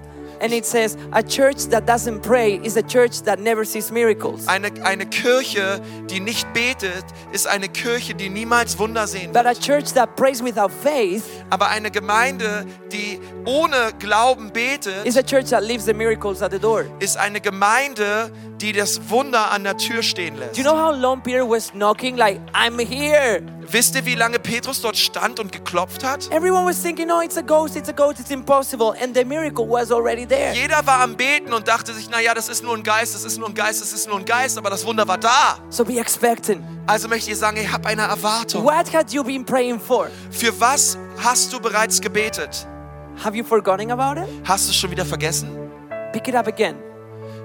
And it says, a church that doesn't pray is a church that never sees miracles. Eine, eine Kirche, die nicht betet, ist eine Kirche, die niemals Wunder sehen But a church that prays without faith Aber eine Gemeinde, die ohne Glauben betet, is a church that leaves the miracles at the door. ist eine Gemeinde, die das Wunder an der Tür stehen lässt. Do you know how long Peter was knocking? Like, I'm here. Wisst ihr, wie lange Petrus dort stand und geklopft hat? Everyone was thinking, no, it's a ghost, it's a ghost, it's impossible. And the miracle was already there. Jeder war am Beten und dachte sich, naja, das ist nur ein Geist, das ist nur ein Geist, das ist nur ein Geist, aber das Wunder war da. So be expectant. Also möchte ich sagen, ich habe eine Erwartung. What had you been praying for? Für was hast du bereits gebetet? Have you forgotten about it? Hast du es schon wieder vergessen? Pick it up again.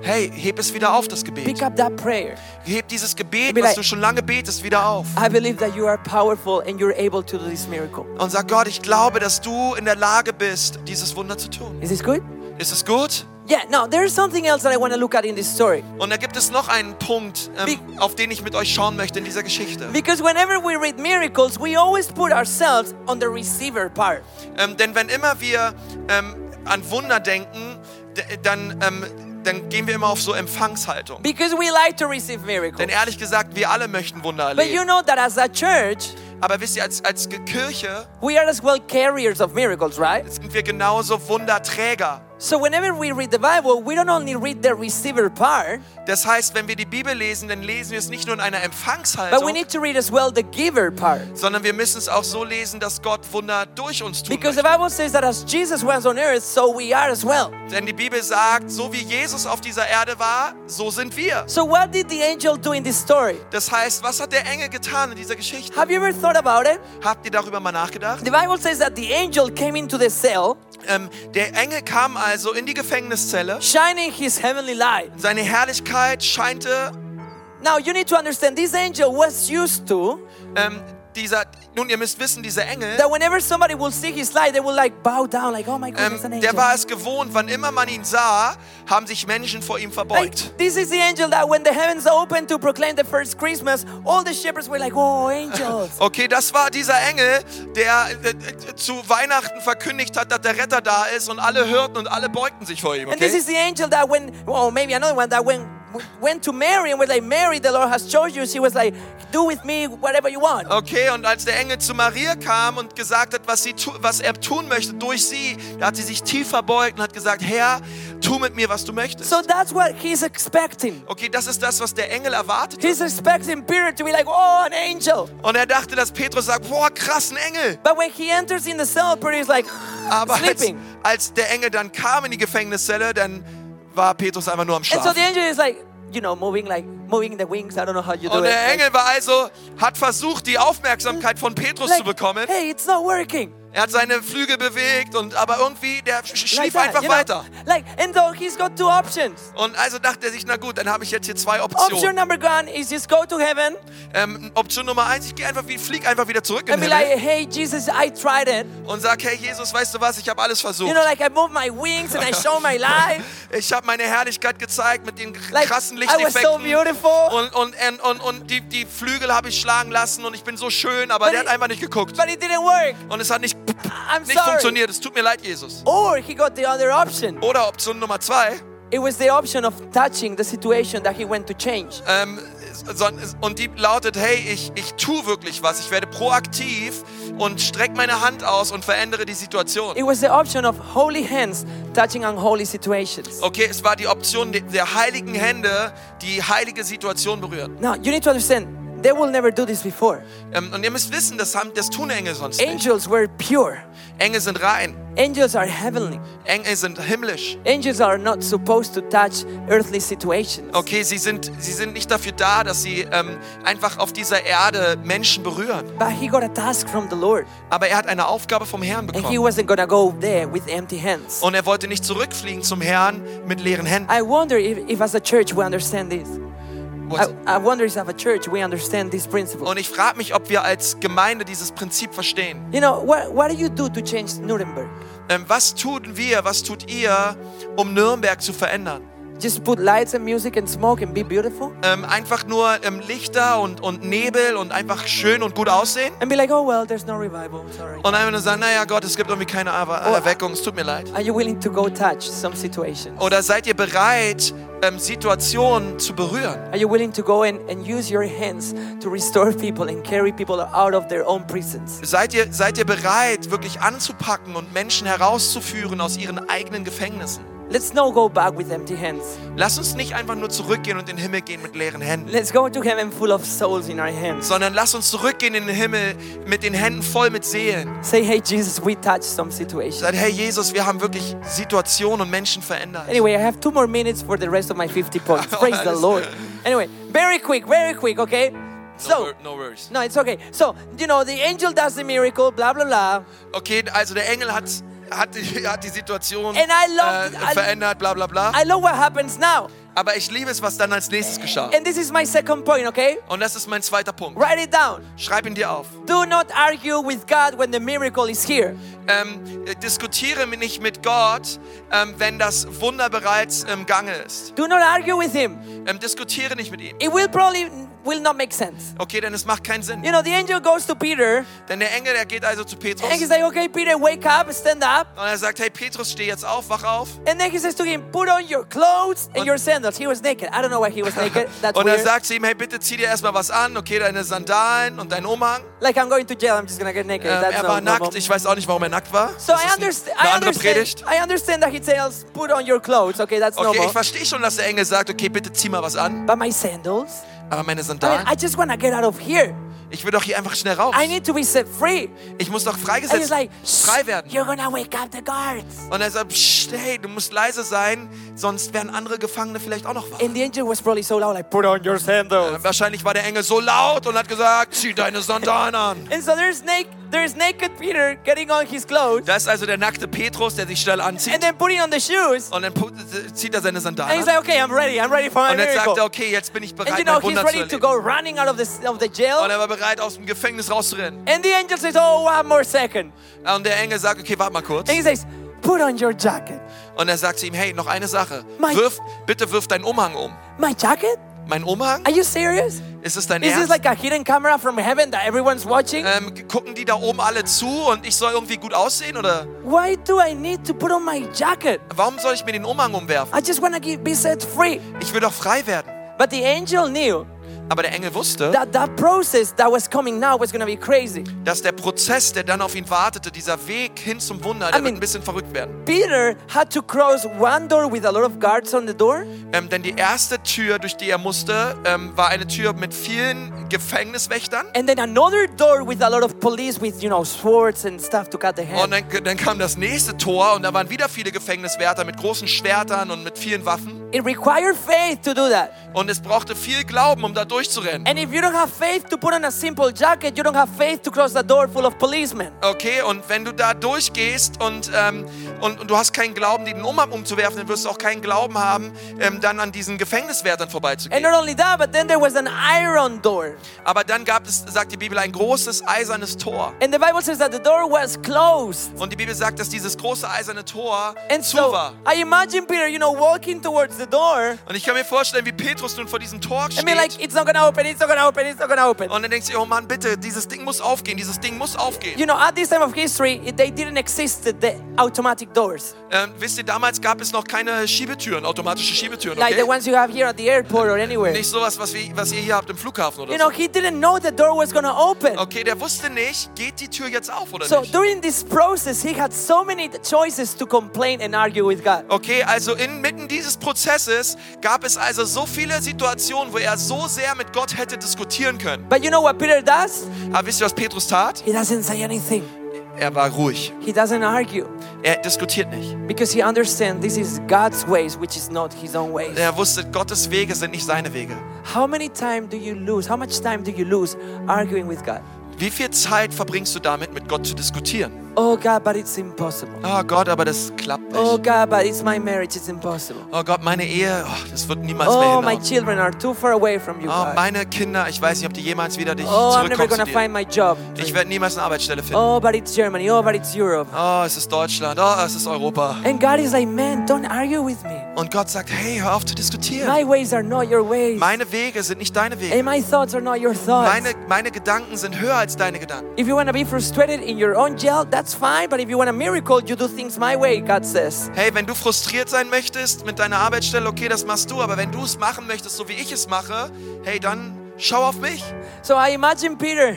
Hey, heb es wieder auf, das Pick Gebet. up that prayer. Heb dieses Gebet, Be was like- du schon lange betest, wieder auf. I believe that you are powerful and you're able to do this miracle. Und sag Gott, ich glaube, dass du in der Lage bist, dieses Wunder zu tun. Is this good? Ist es gut? Yeah, now there's something else that I want to look at in this story. Und da gibt es noch einen Punkt, ähm, auf den ich mit euch schauen möchte in dieser Geschichte. Because whenever we read miracles, we always put ourselves on the receiver part. Ähm, denn wenn immer wir ähm, an Wunder denken, d- dann, ähm, dann gehen wir immer auf so Empfangshaltung. Because we like to receive miracles. Denn ehrlich gesagt, wir alle möchten Wunder But you erleben. know that as a church, Aber wisst ihr, als, als Ge- Kirche we are as well carriers of miracles, right? sind wir genauso Wunderträger. So whenever we read the Bible, we don't only read the receiver part, Das heißt, wenn wir die Bibel lesen, dann lesen wir es nicht nur in einer but we Empfangshaltung, need to read as well the giver part. sondern wir müssen es auch so lesen, dass Gott Wunder durch uns tut. Because the Bible says that as Jesus was on earth, so we are as well. Denn die Bibel sagt, so wie Jesus auf dieser Erde war, so sind wir. So what did the angel do in this story? Das heißt, was hat der Engel getan in dieser Geschichte? Have you ever thought about it? Habt ihr darüber mal nachgedacht? The Bible says that the angel came into the cell, Ähm, der Engel kam also in die Gefängniszelle. shining his heavenly light. Seine Herrlichkeit scheinte Now you need to understand this angel was used to ähm, dieser. Nun, ihr müsst wissen, dieser Engel, that whenever somebody will see his light, they will like bow down, like, oh my God, it's an ähm, angel. der war es gewohnt, wann immer man ihn sah, haben sich Menschen vor ihm Like, verbeugt. this is the angel that when the heavens opened to proclaim the first Christmas, all the shepherds were like, oh, angels. Okay, das war dieser Engel, der äh, äh, zu Weihnachten verkündigt hat, dass der Retter da ist und alle hörten und alle beugten sich vor ihm. And this Okay? is the angel that when, well, maybe another one that when went to Mary and was like, Mary, the Lord has chosen you. She was like, do with me whatever you want. Okay, und als der Engel zu Maria kam und gesagt hat, was, sie tu was er tun möchte durch sie, da hat sie sich tief verbeugt und hat gesagt, Herr, tu mit mir, was du möchtest. So that's what he's expecting. Okay, das ist das, was der Engel erwartet. He's expecting Peter to be like, oh, an angel. Und er dachte, dass Petrus sagt, boah, krass, ein Engel. But when he enters in the cell, Peter is like, Aber als, sleeping. als der Engel dann kam in die Gefängniszelle, dann war Petrus einfach nur am And so Schlafen. the angel is like, you know, moving like moving the wings. I don't know how you do Und it. der Like- Engel war also, hat versucht, die Aufmerksamkeit von Petrus like, zu bekommen. Hey, it's not working. Er hat seine Flügel bewegt, und, aber irgendwie, der sch- Like schlief that, einfach you know? weiter. Like, and so he's got two options. Und also dachte er sich, na gut, dann habe ich jetzt hier zwei Option Optionen. number one is just go to heaven Ähm, Option Nummer eins, ich gehe einfach, wie- flieg einfach wieder zurück in and be den Himmel like, hey, Jesus, I tried it. und sag, hey Jesus, weißt du was, ich habe alles You versucht. know, like I moved my wings and I show my life. Ich habe meine Herrlichkeit gezeigt mit den Like, krassen I was so Lichteffekten. beautiful. Und, und, und, und, und die, die Flügel habe ich schlagen lassen und ich bin so schön, aber But der hat it- einfach nicht geguckt. But it didn't work. Und es hat nicht, I'm nicht sorry. funktioniert. Es tut mir leid, Jesus. Or he got the other option. Oder Option Nummer zwei. It was the option of touching the situation that he went to change. Ähm, son- und die lautet, hey, ich, ich tue wirklich was. Ich werde proaktiv und strecke meine Hand aus und verändere die It Situation. was the option of holy hands touching unholy situations. Okay, es war die Option de- der heiligen Hände, die heilige Situation berühren. Now, you need to understand, they will never do this before. Ähm, und ihr müsst wissen, das, haben, das tun Engel sonst nicht. Angels were pure. Engel sind rein. Angels are heavenly. Engel sind himmlisch. Angels are not supposed to touch earthly situations. Okay, sie sind, sie sind nicht dafür da, dass sie ähm, einfach auf dieser Erde Menschen berühren. But he got a task from the Lord, Aber er hat eine Aufgabe vom Herrn and he bekommen. wasn't gonna go there with empty hands. Und er wollte nicht zurückfliegen zum Herrn mit leeren Händen. I wonder if, if as a church we understand this. I, Was- I wonder if as a church we understand this principle. Und ich frage mich, ob wir als Gemeinde dieses Prinzip verstehen. You know, what, what do you do to change Nuremberg? Ähm, was tun wir, was tut ihr, um Nürnberg zu verändern? Just put lights and music and smoke and be beautiful? Ähm, einfach nur ähm, Lichter und, und Nebel und einfach schön und gut aussehen? And be like, oh, well, there's no revival, sorry. Und einfach nur sagen, naja Gott, es gibt irgendwie keine Erwe- Oh. Erweckung, es tut mir leid. Are you willing to go touch some situations? Oder seid ihr bereit, ähm, Situationen zu berühren? Are you willing to go and, and use your hands to restore people and carry people out of their own prisons? Seid ihr, seid ihr bereit, wirklich anzupacken und Menschen herauszuführen aus ihren eigenen Gefängnissen? Let's not go back with empty hands. Lass uns nicht einfach nur zurückgehen und in den Himmel gehen mit leeren Händen, Let's go to heaven full of souls in our hands. sondern lass uns zurückgehen in den Himmel mit den Händen voll mit Seelen. Say, hey, Jesus, we touched some situations. Sagt, hey Jesus, wir haben wirklich Situationen und Menschen verändert. Anyway, I have two more minutes for the rest of my 50 points. Praise the Lord. Anyway, very quick, very quick, okay? So, no worries. no, it's okay. So, you know, the angel does the miracle, blah, blah, blah. Okay, also der Engel hat, hat, die, hat die Situation And I loved- äh, verändert, bla bla bla. I love what happens now. Aber ich liebe es, was dann als nächstes geschah. And this is my second point, okay? Und das ist mein zweiter Punkt. Write it down. Schreib ihn dir auf. Do not argue with God when the miracle is here. Ähm, äh, diskutiere nicht mit Gott, ähm, wenn das Wunder bereits im Gange ist. Do not argue with Him. Ähm, diskutiere nicht mit ihm. It will probably will not make sense. Okay, denn es macht keinen Sinn. You know, the angel goes to Peter Denn der Engel, der geht also zu Petrus. and he's like, okay, Peter, wake up, stand up. Und er sagt, hey Petrus, steh jetzt auf, wach auf. And then he says to him, put on your clothes and your sandals. He was naked. I don't know why he was naked. That's Und er weird. sagt zu ihm, hey bitte zieh dir erstmal was an, okay, deine Sandalen und deinen Umhang. Like, I'm going to jail, I'm just gonna get naked. Ähm, That's er no- war normal. nackt, ich weiß auch nicht, warum er nackt war. So Das I ist ein- understand, eine I andere understand, Predigt. I understand that he tells, put on your clothes. Okay, that's Okay, ich normal. verstehe schon, dass der Engel sagt, okay, bitte zieh mal was an. But my sandals? Aber meine I mean, Sandalen, I just wanna get out of here. ich will doch hier einfach schnell raus. I need to be set free. Ich muss doch And he's freigesetzt, like, frei werden. you're gonna wake up the guards. Und er sagt, Psst, hey, du musst leise sein, sonst werden andere Gefangene vielleicht auch noch wach. And the angel was probably so loud, like, put on your sandals. Wahrscheinlich war der Engel so laut und hat gesagt, zieh deine Sandalen an. And so there's, na- there's naked Peter getting on his clothes Da ist also der nackte Petrus, der sich schnell and anzieht then putting on the shoes. und dann pu- äh, zieht er seine And Sandalen he's an. like, okay, I'm ready, I'm ready for my Und jetzt sagt miracle. er, okay, jetzt bin ich And you bereit, know, mein he's Wunder zu ready to erleben. go running out of the, of the Und jail. er war bereit, aus dem Gefängnis rauszurennen. And the angel says, oh, one more second. Und der Engel sagt, okay, warte mal kurz. And he says, put on your jacket. Und er sagt zu ihm, hey, noch eine Sache. Mein- Wirf, bitte wirf deinen Umhang um. My jacket? Mein Umhang? Are you serious? Ist es dein Is this Ernst? like a hidden camera from heaven that everyone's watching? Ähm, gucken die da oben alle zu und ich soll irgendwie gut aussehen? Oder Why do I need to put on my jacket? warum soll ich mir den Umhang umwerfen? I just want to be set free. Ich will doch frei werden. But the angel knew Aber der Engel wusste, that that process that was coming now was going to be crazy. dass der Prozess, der dann auf ihn wartete, dieser Weg hin zum Wunder, der I wird mean- ein bisschen verrückt werden. Peter had to cross one door with a lot of guards on the door, Ähm, denn die erste Tür, durch die er musste, ähm, war eine Tür mit vielen Gefängniswächtern. and then another door with a lot of police with, you know, swords and stuff to cut the Und head. dann, dann kam das nächste Tor und da waren wieder viele Gefängniswärter mit großen Schwertern und mit vielen Waffen. It required faith to do that. Und es brauchte viel Glauben, um da durchzurennen. And if you don't have faith to put on a simple jacket, you don't have faith to cross the door full of policemen. Okay, und wenn du da durchgehst und, ähm, und, und du hast keinen Glauben, den Umhang umzuwerfen, dann wirst du auch keinen Glauben haben, ähm, dann an diesen Gefängniswärtern And vorbeizugehen. not only that, but then there was an iron door. Aber dann gab es, sagt die Bibel, ein großes eisernes Tor. And the Bible says that the door was closed. Und die Bibel sagt, dass dieses große eiserne Tor And zu so war. I imagine Peter, you know, walking towards the door. Und ich kann mir vorstellen, wie Petrus nun vor diesem Tor I steht. mean, like, it's not gonna open, it's not gonna open, it's not gonna open. Und dann denkst du, oh Mann, bitte, dieses Ding muss aufgehen, dieses Ding muss aufgehen. You know, at this time of history, it- they didn't exist the automatic doors Ähm, wisst ihr, damals gab es noch keine Schiebetüren, automatische Schiebetüren, like okay? the ones you have here at the airport or anywhere. Nicht sowas, was, wir, was ihr hier habt im Flughafen oder You know, he didn't know the door was gonna open. so. Okay, der wusste nicht, geht die Tür jetzt auf oder So nicht? during this process, he had so many choices to complain and argue with God. Okay, also inmitten dieses Prozesses gab es also so viele Situationen, wo er so sehr mit Gott hätte diskutieren können. But you know what Peter does? Aber Ah, wisst ihr, was Petrus tat? He doesn't say anything. Er war ruhig. He doesn't argue. Er diskutiert nicht. Because he understands this is God's ways, which is not his own ways. Er wusste, Gottes Wege sind nicht seine Wege. How many time do you lose? How much time do you lose arguing with God? Wie viel Zeit verbringst du damit, mit Gott zu diskutieren? Oh God, but it's impossible. Oh Gott, aber das klappt nicht. Oh Oh, God, but it's my marriage, it's impossible. Gott, meine Ehe, oh, das wird niemals mehr Oh, hinhauen. my children are too far away from you, Oh, God. meine Kinder, ich weiß nicht, ob die jemals wieder dich Oh, I'm never zurückkommen zu gonna dir. find my job. Ich werde niemals eine Arbeitsstelle finden. Oh, but it's Germany. Oh, but it's Europe. Oh, es ist Deutschland. Oh, es ist Europa. And God is like, man, don't argue with me. Und Gott sagt, hey, hör auf zu diskutieren. My ways are not your ways. Meine Wege sind nicht deine Wege. And my thoughts are not your thoughts. Meine, meine Gedanken sind höher als deine Gedanken. If you want to be frustrated in your own jail, that's fine. But if you want a miracle, you do things my way, God says. Hey, wenn du frustriert sein möchtest mit deiner Arbeitsstelle, okay, das machst du. Aber wenn du es machen möchtest, so wie ich es mache, hey, dann schau auf mich. So I imagine Peter.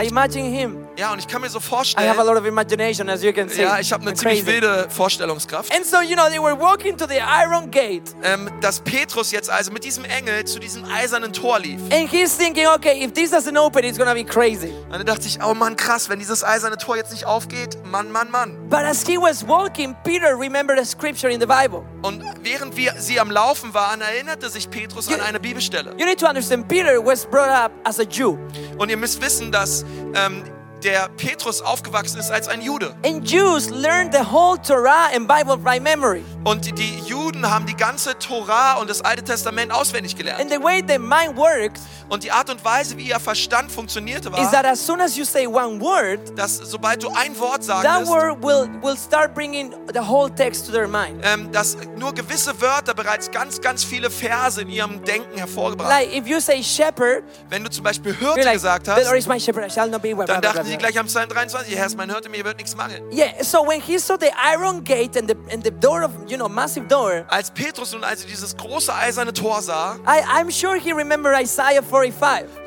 I imagine him. Ja, und ich kann mir so I have a vorstellen, lot of imagination, as you can see. ja, ich habe eine I'm ziemlich crazy. wilde Vorstellungskraft, And so, you know, they were walking to the iron gate. ähm, dass Petrus jetzt also mit diesem Engel zu diesem eisernen Tor lief. And he's thinking, okay, if this doesn't open, it's going to be crazy. Und dann dachte ich, oh Mann, krass, wenn dieses eiserne Tor jetzt nicht aufgeht, Mann, Mann, Mann. But as he was walking, Peter remembered a scripture in the Bible. Und während wir, sie am Laufen waren, erinnerte sich Petrus an eine Bibelstelle. You need to understand, Peter was brought up as a Jew. Und ihr müsst wissen, dass ähm, der Petrus aufgewachsen ist als ein Jude. And Jews learned the whole Torah and Bible by memory. Und die- die Juden haben die ganze Torah und das Alte Testament auswendig And gelernt. the way the mind works Und die Art und Weise, wie ihr Verstand funktionierte, is war, that as soon as you say one word, dass sobald du ein Wort that sagtest, word will, will start bringing the whole text to their mind. ähm, dass nur gewisse Wörter bereits ganz, ganz viele Verse in ihrem Denken hervorgebracht haben. Like if you say shepherd, Wenn du zum Beispiel you're Hirte like, gesagt the Lord hast, is my shepherd, I shall not be. Blah, blah, dann blah, dachten blah, sie blah. gleich am Psalm 23, Herr ist mein Hirte, mir wird nichts mangeln. Yeah, so when he saw the iron gate and the, and the door of, you know, massive door, Als Petrus nun also dieses große eiserne Tor sah, I, I'm sure he remembered Isaiah 45.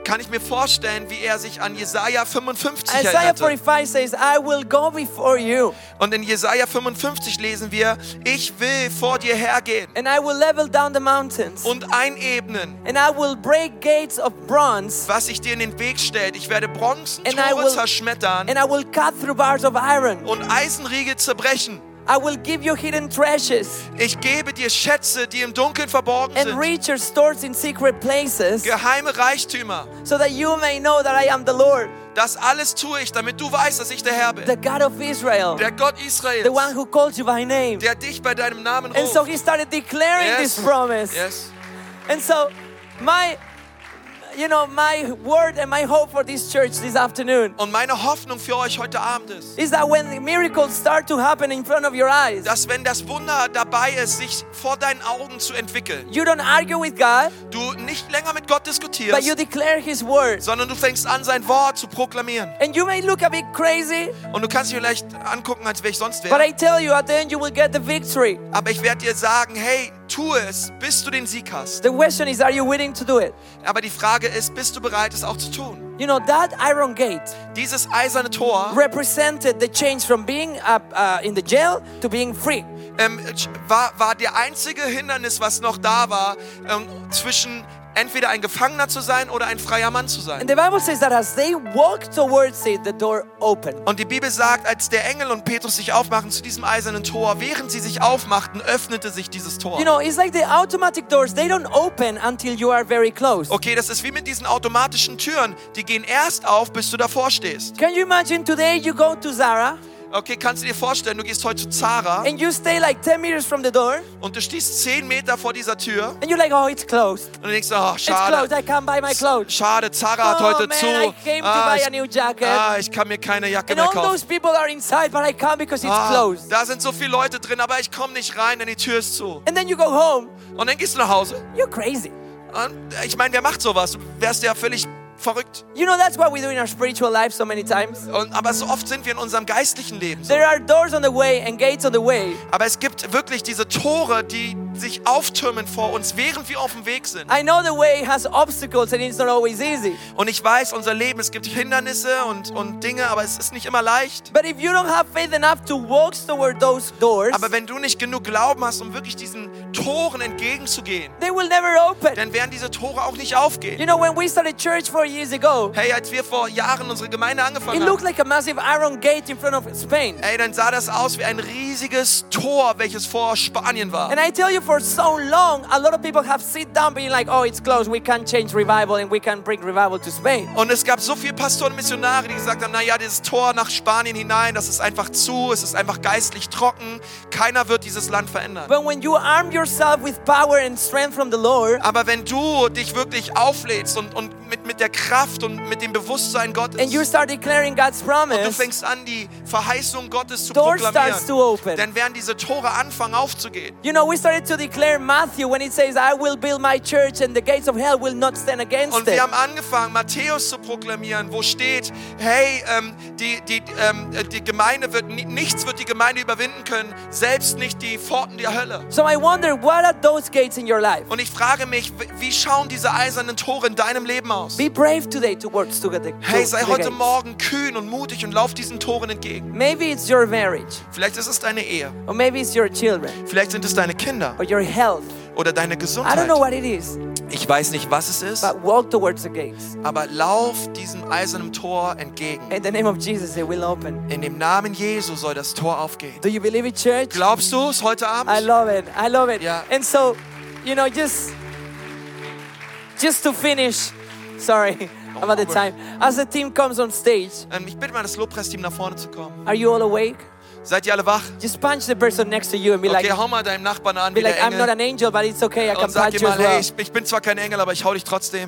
kann ich mir vorstellen, wie er sich an Jesaja 55 Isaiah erinnerte. 45 says, I will go before you Und in Jesaja 55 lesen wir: Ich will vor dir hergehen and I will level down the mountains und einebnen, and I will break gates of bronze was sich dir in den Weg stellt. Ich werde And I Bronzentore will- zerschmettern and I will cut through bars of iron. und Eisenriegel zerbrechen. I will give you hidden treasures Ich gebe dir Schätze, die im Dunkeln verborgen and sind, reach your stores in secret places geheime Reichtümer. so that you may know that I am the Lord, Das alles tue ich, damit du weißt, dass ich der Herr bin, the God of Israel, der Gott the one Israels, who calls you by name. der dich bei deinem Namen And so ruft. he started declaring Yes. this promise. Yes. And so my you know my word and my hope for this church this afternoon Und meine Hoffnung für euch heute Abend ist, is that when miracles start to happen in front of your eyes, dass wenn das Wunder dabei ist, sich vor deinen Augen zu entwickeln, you don't argue with God, du nicht länger mit Gott but you diskutierst, declare His word. sondern du fängst an, sein Wort zu proklamieren. And you may look a bit crazy, Und du kannst dich vielleicht angucken, als wäre ich sonst but wäre. I tell you, at the end, you will get the victory. Aber ich werde dir sagen, hey, tu es, bis du den Sieg hast. The question is, are you willing to do it? Aber die Frage ist, bist du bereit, es auch zu tun? You know, that iron gate Dieses eiserne Tor represented the change from being up, uh, in the jail to being free. ähm, war, war der einzige Hindernis, was noch da war, ähm, zwischen entweder ein Gefangener zu sein oder ein freier Mann zu sein. And the Bible says that as they walked towards it, the door opened. Und die Bibel sagt, als der Engel und Petrus sich aufmachen zu diesem eisernen Tor, während sie sich aufmachten, öffnete sich dieses Tor. You know, it's like the automatic doors, they don't open until you are very close. Okay, das ist wie mit diesen automatischen Türen. Die gehen erst auf, bis du davor stehst. Can you imagine today you go to Zara Okay, kannst du dir vorstellen, du gehst heute zu Zara and you stay like 10 meters from the door und du stehst 10 Meter vor dieser Tür and you're like, oh, it's closed. und du denkst, oh, It's closed. schade. I can't buy my clothes. Schade, Zara hat Oh heute man, I came zu. to buy a ich, new jacket. ah, ich kann mir keine Jacke And mehr all kaufen. those people are inside, but I can't because it's Ah, closed. da sind so viele Leute drin, aber ich komme nicht rein, denn die Tür ist zu. And then you go home. Und dann gehst du nach Hause. You're crazy. Und ich meine, wer macht sowas? Du wärst ja völlig verrückt. You know, that's what we do in our spiritual life so many times. Und, aber so oft sind wir in unserem geistlichen Leben so. There are doors on the way and gates on the way. Aber es gibt wirklich diese Tore, die sich auftürmen vor uns, während wir auf dem Weg sind. I know the way has obstacles and it's not always easy. Und ich weiß, unser Leben, es gibt Hindernisse und, und Dinge, aber es ist nicht immer leicht. But if you don't have faith enough to walk toward those doors, Aber wenn du nicht genug Glauben hast, um wirklich diesen Toren entgegenzugehen, they will never open. dann werden diese Tore auch nicht You aufgehen. know, when we started church four years ago, Hey, als wir vor Jahren unsere Gemeinde it angefangen looked haben, like a massive iron gate in front of Spain. ey, dann sah das aus wie ein riesiges Tor, welches vor Spanien war. And I tell you, for so long, a lot of people have sit down being like, oh, it's closed, we can't change revival and we can't bring revival to Spain. Und es gab so viele Pastoren und Missionare, die gesagt haben, naja, dieses Tor nach Spanien hinein, das ist einfach zu, es ist einfach geistlich trocken, keiner wird dieses Land verändern. But when you arm yourself with power and strength from the Lord, Aber wenn du dich wirklich auflädst und, und mit, mit der Kraft und mit dem Bewusstsein Gottes, and you start declaring God's du promise, fängst an, die Verheißung Gottes zu doors starts to proklamieren, open. dann werden diese Tore anfangen aufzugehen. You know, we started to declare Matthew when it says, I will build my church and the gates of hell will not stand Und against it. wir haben angefangen, Matthäus zu proklamieren, wo steht, hey, ähm, die, die, ähm, die Gemeinde wird, ni- nichts wird die Gemeinde überwinden können, selbst nicht die Pforten der Hölle. So I wonder, what are those gates in your life? Und ich frage mich, w- wie schauen diese eisernen Tore in deinem Leben aus? Be brave today towards to get the, Hey, to sei the heute gates. Morgen kühn und mutig und lauf diesen Toren entgegen. Maybe it's your marriage, Vielleicht ist es deine Ehe, or maybe it's your children, vielleicht sind es deine Kinder or your health. oder deine I don't know Gesundheit. what it is, Ich weiß nicht, was es ist, but walk towards the gates. aber lauf diesem eisernen Tor entgegen. In the name of Jesus, it will open. In dem Namen Jesu soll das Tor aufgehen. Do you believe it, church? Glaubst du es heute I Abend? love it. I love it. Yeah. And so, you know, just just to finish, sorry, about the time. As the team comes on stage, Ähm, ich bitte mal das Lobpreisteam nach vorne zu kommen. are you all awake? Seid ihr alle wach? Just punch the person next to you and be Okay, like, hau mal deinem Nachbarn an, be wie like, der I'm Engel. not an angel, but it's okay. I Und can sag punch ihm you as mal, hey, well. ich, ich bin zwar kein Engel, aber ich hau dich trotzdem.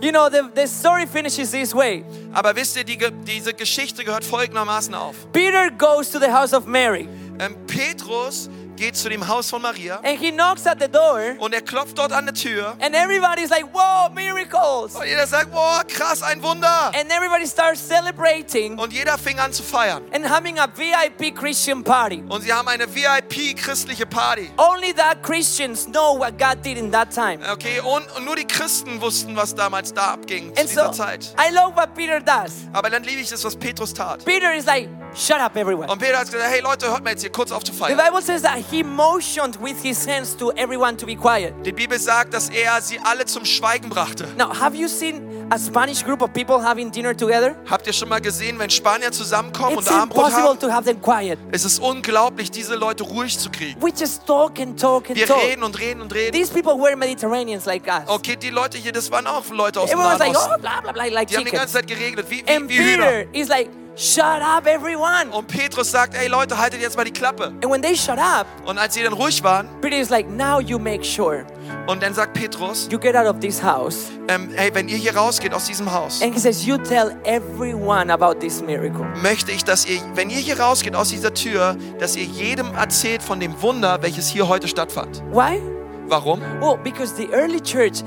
You know, the, the story finishes this way. Aber wisst ihr, die, Ge- diese Geschichte gehört folgendermaßen auf. Peter goes to the house of Mary Ähm, Petrus geht zu dem Haus von Maria and he knocks at the door, und er klopft dort an der Tür. and everybody's like, Whoa, miracles! Und jeder sagt, boah, krass, ein Wunder. And everybody starts celebrating Und jeder fing an zu feiern. and having a VIP Christian party. Und sie haben eine VIP-christliche Party. Only that Christians know what God did in that time. Okay, und, und nur die Christen wussten, was damals da abging zu And so dieser Zeit. I love what Peter does. Aber dann liebe ich das, was Petrus tat. Peter is like, Shut up, everyone. Und Peter hat gesagt, hey Leute, hört mal jetzt hier kurz auf zu The feiern. Bible says that he motioned with his hands to everyone to be quiet. Die Bibel sagt, dass er sie alle zum Schweigen brachte. Now, have you seen a Spanish group of people having dinner together? Habt ihr schon mal gesehen, wenn Spanier zusammenkommen It's und Abendbrot impossible haben? to have them quiet. Es ist unglaublich, diese Leute ruhig zu kriegen. We just talk and talk and Wir talk. reden und reden und reden. These people were Mediterraneans like us. Okay, die Leute hier, das waren auch Leute aus dem Everyone was Nahen like, oh, Osten. blah, blah, blah, like Die haben die chicken. ganze Zeit geregelt, wie, wie, And wie Hühner. Peter is like, shut up, everyone. Und Petrus sagt, ey Leute, haltet jetzt mal die Klappe. And when they shut up, Und als sie dann ruhig waren, Peter is like, now you make sure und dann sagt Petrus, you get out of this house. ähm, hey, wenn ihr hier rausgeht aus diesem Haus, And he says, you tell everyone about this miracle. möchte ich, dass ihr, wenn ihr hier rausgeht aus dieser Tür, dass ihr jedem erzählt von dem Wunder, welches hier heute stattfand. Why? Warum? Oh, because the early church,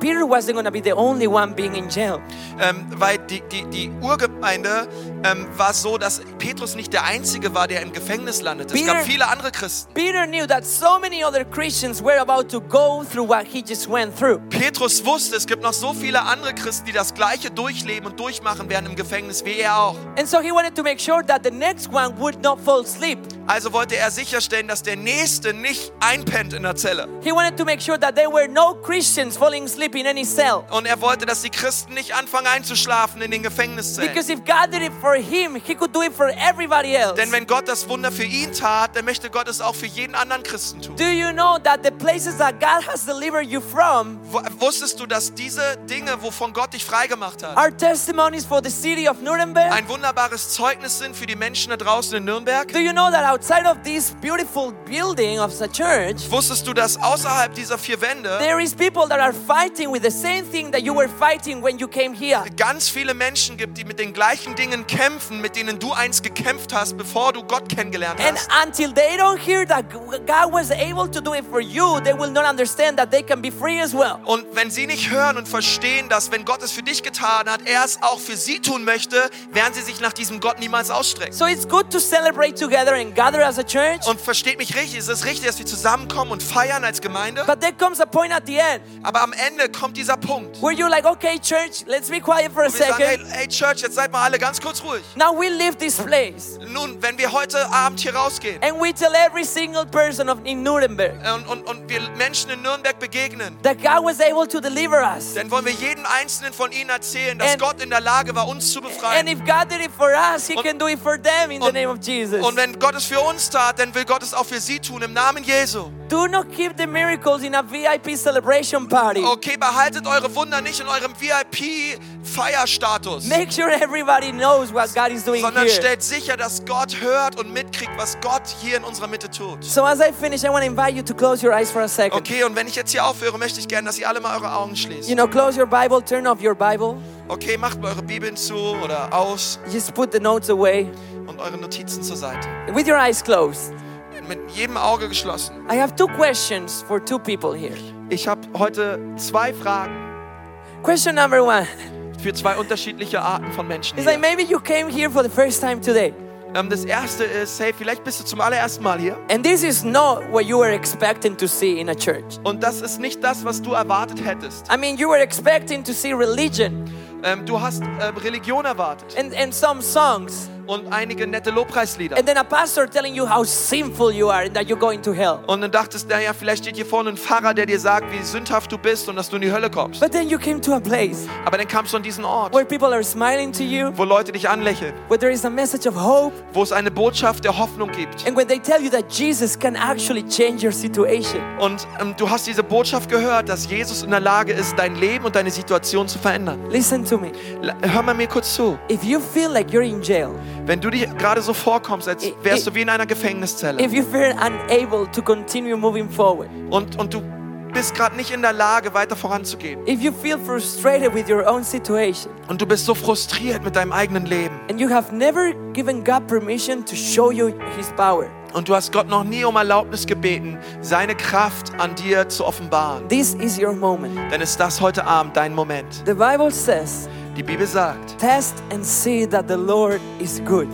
Peter wasn't going to be the only one being in jail. Ähm, weil die, die, die Urgemeinde ähm, war so, dass Petrus nicht der Einzige war, der im Gefängnis landete. Es Peter- gab viele andere Christen. Peter knew that so many other Christians were about to go through what he just went through. Petrus wusste, es gibt noch so viele andere Christen, die das Gleiche durchleben und durchmachen werden im Gefängnis, wie er auch. And so he wanted to make sure that the next one would not fall asleep. Also wollte er sicherstellen, dass der Nächste nicht einpennt in der Zelle. He wanted to make sure that there were no Christians falling asleep in any cell. Und er wollte, dass die Christen nicht anfangen einzuschlafen in den Gefängniszellen. Because if God did it for him, he could do it for everybody else. Denn wenn Gott das Wunder für ihn tat, dann möchte Gott es auch für jeden anderen Christen tun. Do you know that the places that God has delivered you from W wusstest du, dass diese Dinge, wovon Gott dich freigemacht hat, are testimonies for the city of Nuremberg? ein wunderbares Zeugnis sind für die Menschen da draußen in Nürnberg? Do you know that outside of this beautiful building of the church, Wusstest du, dass außerhalb dieser vier Wände there is people that are fighting with the same thing that you were fighting when you came here? ganz viele Menschen gibt, die mit den gleichen Dingen kämpfen, mit denen du einst gekämpft hast, bevor du Gott kennengelernt And hast? until they don't hear that God was able to do it for you, they will not understand that they can be free as well. Und wenn sie nicht hören und verstehen, dass wenn Gott es für dich getan hat, er es auch für sie tun möchte, werden sie sich nach diesem Gott niemals ausstrecken. So it's good to celebrate together and gather as a church. Und versteht mich richtig, es ist richtig, dass wir zusammenkommen und feiern als Gemeinde, But there comes a point at the end aber am Ende kommt dieser Punkt. where you're like, okay, church, let's be quiet for a Wir sagen, hey, second. hey Church, jetzt seid mal alle ganz kurz ruhig. Now we leave this place Nun, wenn wir heute Abend hier rausgehen, and we tell every single person of, in Nuremberg und, und, und wir Menschen in Nürnberg begegnen, that God was able to deliver us. dann wollen wir jeden einzelnen von ihnen erzählen, dass And- Gott in der Lage war, uns zu And befreien. if God did it for us, He Und- can do it for them in the und- name of Jesus. Und wenn Gott es für uns tat, dann will Gott es auch für sie tun, im Namen Jesu. Do not keep the miracles in a VIP celebration party. Okay, behaltet eure Wunder nicht in eurem VIP-Feierstatus, Make sure everybody knows what God is doing sondern here. stellt sicher, dass Gott hört und mitkriegt, was Gott hier in unserer Mitte tut. So as I finish, I want to invite you to close your eyes for a second. Okay, und wenn ich jetzt hier aufhöre, möchte ich gerne, dass ihr alle mal eure Augen schließt. You know, close your Bible, turn off your Bible, Okay, macht mal eure Bibeln zu oder aus just put the notes away. und eure Notizen zur Seite. With your eyes closed, Mit jedem Auge geschlossen. I have two questions for two people here. Ich habe heute zwei Fragen Question number one für zwei unterschiedliche Arten von Menschen. is Hier. like maybe you came here for the first time today, Ähm, das erste ist, hey, vielleicht bist du zum allerersten Mal hier and this is not what you were expecting to see in a church. und das ist nicht das, was du erwartet hättest. I mean, you were expecting to see religion Ähm, du hast ähm, Religion erwartet and, and some songs, und einige nette Lobpreislieder. And then a pastor telling you how sinful you are and that you're going to hell. Und dann dachtest, naja, vielleicht steht hier vorne ein Pfarrer, der dir sagt, wie sündhaft du bist und dass du in die Hölle kommst. But then you came to a place Aber dann kamst du an diesen Ort, where people are smiling to you, wo Leute dich anlächeln, where there is a message of hope, wo es eine Botschaft der Hoffnung gibt. and when they tell you that Jesus can actually change your situation. Und ähm, du hast diese Botschaft gehört, dass Jesus in der Lage ist, dein Leben und deine Situation zu verändern. Listen to me. L- Hör mal mir kurz zu. If you feel like you're in jail, Wenn du dir gerade so vorkommst, als wärst du wie in einer Gefängniszelle if you feel unable to continue moving forward, und, und du bist gerade nicht in der Lage, weiter voranzugehen if you feel frustrated with your own situation, und du bist so frustriert mit deinem eigenen Leben and you have never given God permission to show you His power, und du hast Gott noch nie um Erlaubnis gebeten, seine Kraft an dir zu offenbaren, this is your moment. dann ist das heute Abend dein Moment. The Bible says, Die Bibel sagt, Test and see that the Lord is good.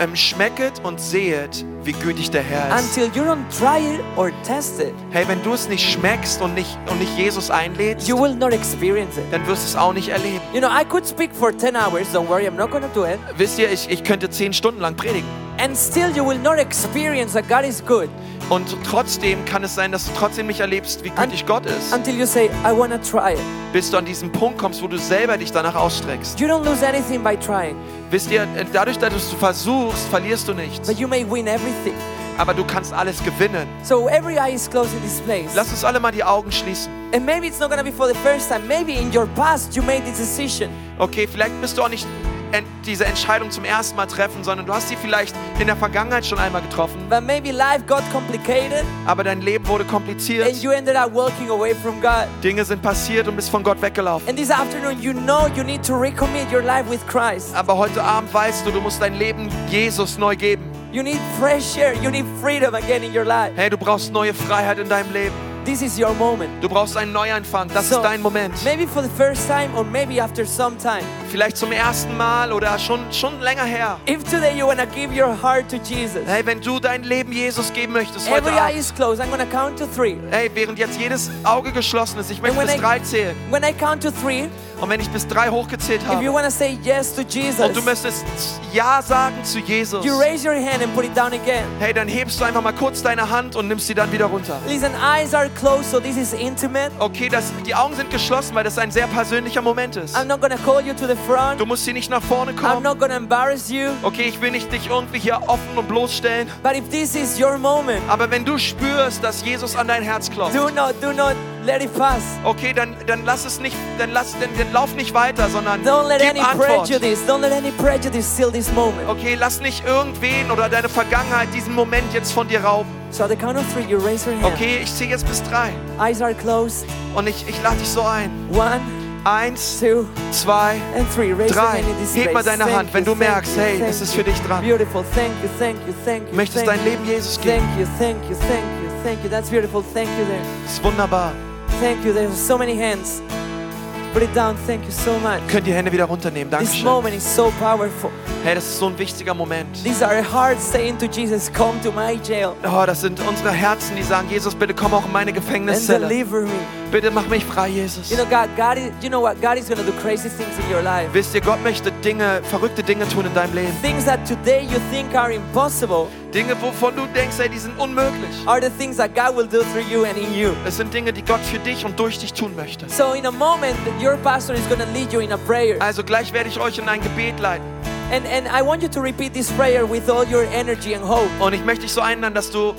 ähm, schmecket und sehet, wie gütig der Herr ist. Until you don't try it or test it, Hey, wenn du es nicht schmeckst und nicht, und nicht Jesus einlädst, you will not experience it. dann wirst du es auch nicht erleben. You know, I could speak for 10 hours, don't worry, I'm not gonna do it. Wisst ihr, ich, ich könnte zehn Stunden lang predigen. And still, you will not experience that God is good Und trotzdem kann es sein, dass du trotzdem nicht erlebst, wie gütig Gott ist, until you say, I wanna try it. bis du an diesen Punkt kommst, wo du selber dich danach ausstreckst. You don't lose anything by trying, Wisst ihr, dadurch, dass du es versuchst, verlierst du nichts. but you may win everything. Aber du kannst alles gewinnen. So, every eye is closed in this place. Lass uns alle mal die Augen schließen. And maybe it's not gonna be for the first time. Maybe in your past you made this decision. Okay, vielleicht bist du auch nicht en- diese Entscheidung zum ersten Mal treffen, sondern du hast sie vielleicht in der Vergangenheit schon einmal getroffen, But maybe life got complicated aber dein Leben wurde kompliziert. and you ended up walking away from God. Dinge sind passiert und bist von Gott weggelaufen. And this afternoon, you know you need to recommit your life with Christ. Aber heute Abend weißt du, du musst dein Leben Jesus neu geben. You need fresh air. You need freedom again in your life. Hey, du brauchst neue Freiheit in deinem Leben. This is your moment. Du brauchst einen Neuanfang. Das So, ist dein Moment. Maybe for the first time or maybe after some time. Vielleicht zum ersten Mal oder schon, schon länger her. If today you want to give your heart to Jesus, Hey, wenn du dein Leben Jesus geben möchtest heute every eye Abend. is closed. I'm going to count to three. Hey, während jetzt jedes Auge geschlossen ist, ich möchte And when bis I- drei zählen. When I count to three, Und wenn ich bis drei hochgezählt if you habe want to say yes to und du Jesus, möchtest Ja sagen zu Jesus, you raise your hand and put it down again. hey, dann hebst du einfach mal kurz deine Hand und nimmst sie dann wieder runter. Listen, eyes are closed, so this is intimate. Okay, das, die Augen sind geschlossen, weil das ein sehr persönlicher Moment ist. I'm not gonna call you to the front. Du musst hier nicht nach vorne I'm kommen. not gonna embarrass you. Okay, ich will nicht dich irgendwie hier offen und bloßstellen. But if this is your moment, Aber wenn du spürst, dass Jesus an dein Herz klopft, do not, do not let it pass. okay, dann, dann lass es nicht, dann lass, dann, dann lauf nicht weiter, sondern Don't let gib any Antwort. prejudice, don't let any prejudice seal this moment. Okay, lass nicht irgendwen oder deine Vergangenheit diesen Moment jetzt von dir rauben. So at the count of three, you raise your hand. Okay, ich zähle jetzt bis drei Eyes are closed. und ich, ich lade dich so ein. One, Eins, two, zwei, and three. Raise your drei. hand in this Heb mal place. deine Thank Hand, wenn you, du thank merkst, you, hey, thank das ist you. für dich dran. Beautiful, thank you, thank you, thank you. Möchtest thank dein Leben Jesus you. geben? Thank you, thank you, thank you, thank you. That's beautiful. Thank you there. Ist wunderbar. Thank you. There's so many hands. Put it down. Thank you so much. Könnt die Hände wieder runternehmen. This Dankeschön. moment is so powerful. Hey, das ist so ein wichtiger Moment. These are hearts saying to Jesus, Come to my jail Oh, das sind unsere Herzen, die sagen, Jesus, bitte komm auch in meine and Gefängniszelle. deliver me. Bitte mach mich frei, Jesus. You know, God, God is, you know what? God is going to do crazy things in your life. Wisst ihr, Gott möchte Dinge, verrückte Dinge tun in deinem Leben. Things that today you think are impossible Dinge, wovon du denkst, hey, die sind unmöglich. are the things that God will do through you and in you. Es sind Dinge, die Gott für dich und durch dich tun möchte. So, in a moment, your pastor is going to lead you in a prayer. Also gleich werde ich euch in ein Gebet leiten. And, and I want you to repeat this prayer with all your energy and hope. Und ich möchte dich so einladen, dass du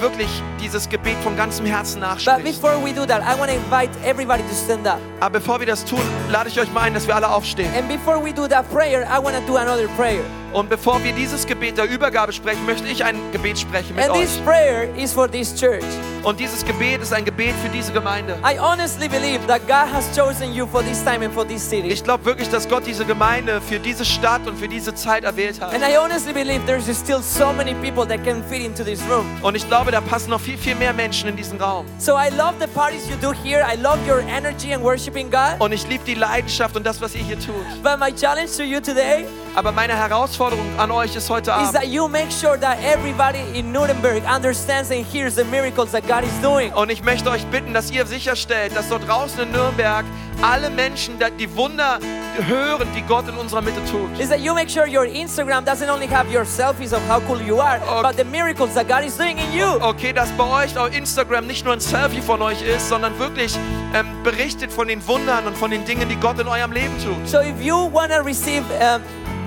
wirklich dieses Gebet von ganzem Herzen But nachsprichst. before we do that, I want to invite everybody to stand up. Aber bevor wir das tun, lade ich euch mal ein, dass wir alle aufstehen. And before we do that prayer, I want to do another prayer. Und bevor wir dieses Gebet der Übergabe sprechen, möchte ich ein Gebet sprechen mit And euch. this prayer is for this church. Und dieses Gebet ist ein Gebet für diese Gemeinde. I honestly believe that God has chosen you for this time and for this city. Ich glaube wirklich, dass Gott diese Gemeinde für diese Stadt und für diese Zeit erwählt hat. And I honestly believe there's still so many people that can fit into this room. Und ich glaube, da passen noch viel, viel mehr Menschen in diesen Raum. So I love the parties you do here. I love your energy and worshiping God. Und ich liebe die Leidenschaft und das, was ihr hier tut. But my challenge to you today Aber meine Herausforderung an euch ist heute is Abend. that you make sure that everybody in Nuremberg understands and hears the miracles that God is doing. Und ich möchte euch bitten, dass ihr sicherstellt, dass dort draußen in Nürnberg alle Menschen da- die Wunder hören, die Gott in unserer Mitte tut. Is that you make sure your Instagram doesn't only have your selfies of how cool you are, but the miracles that God is doing in you. Okay, dass bei euch auf Instagram nicht nur ein Selfie von euch ist, sondern wirklich ähm, berichtet von den Wundern und von den Dingen, die Gott in eurem Leben tut. So if you want to receive um,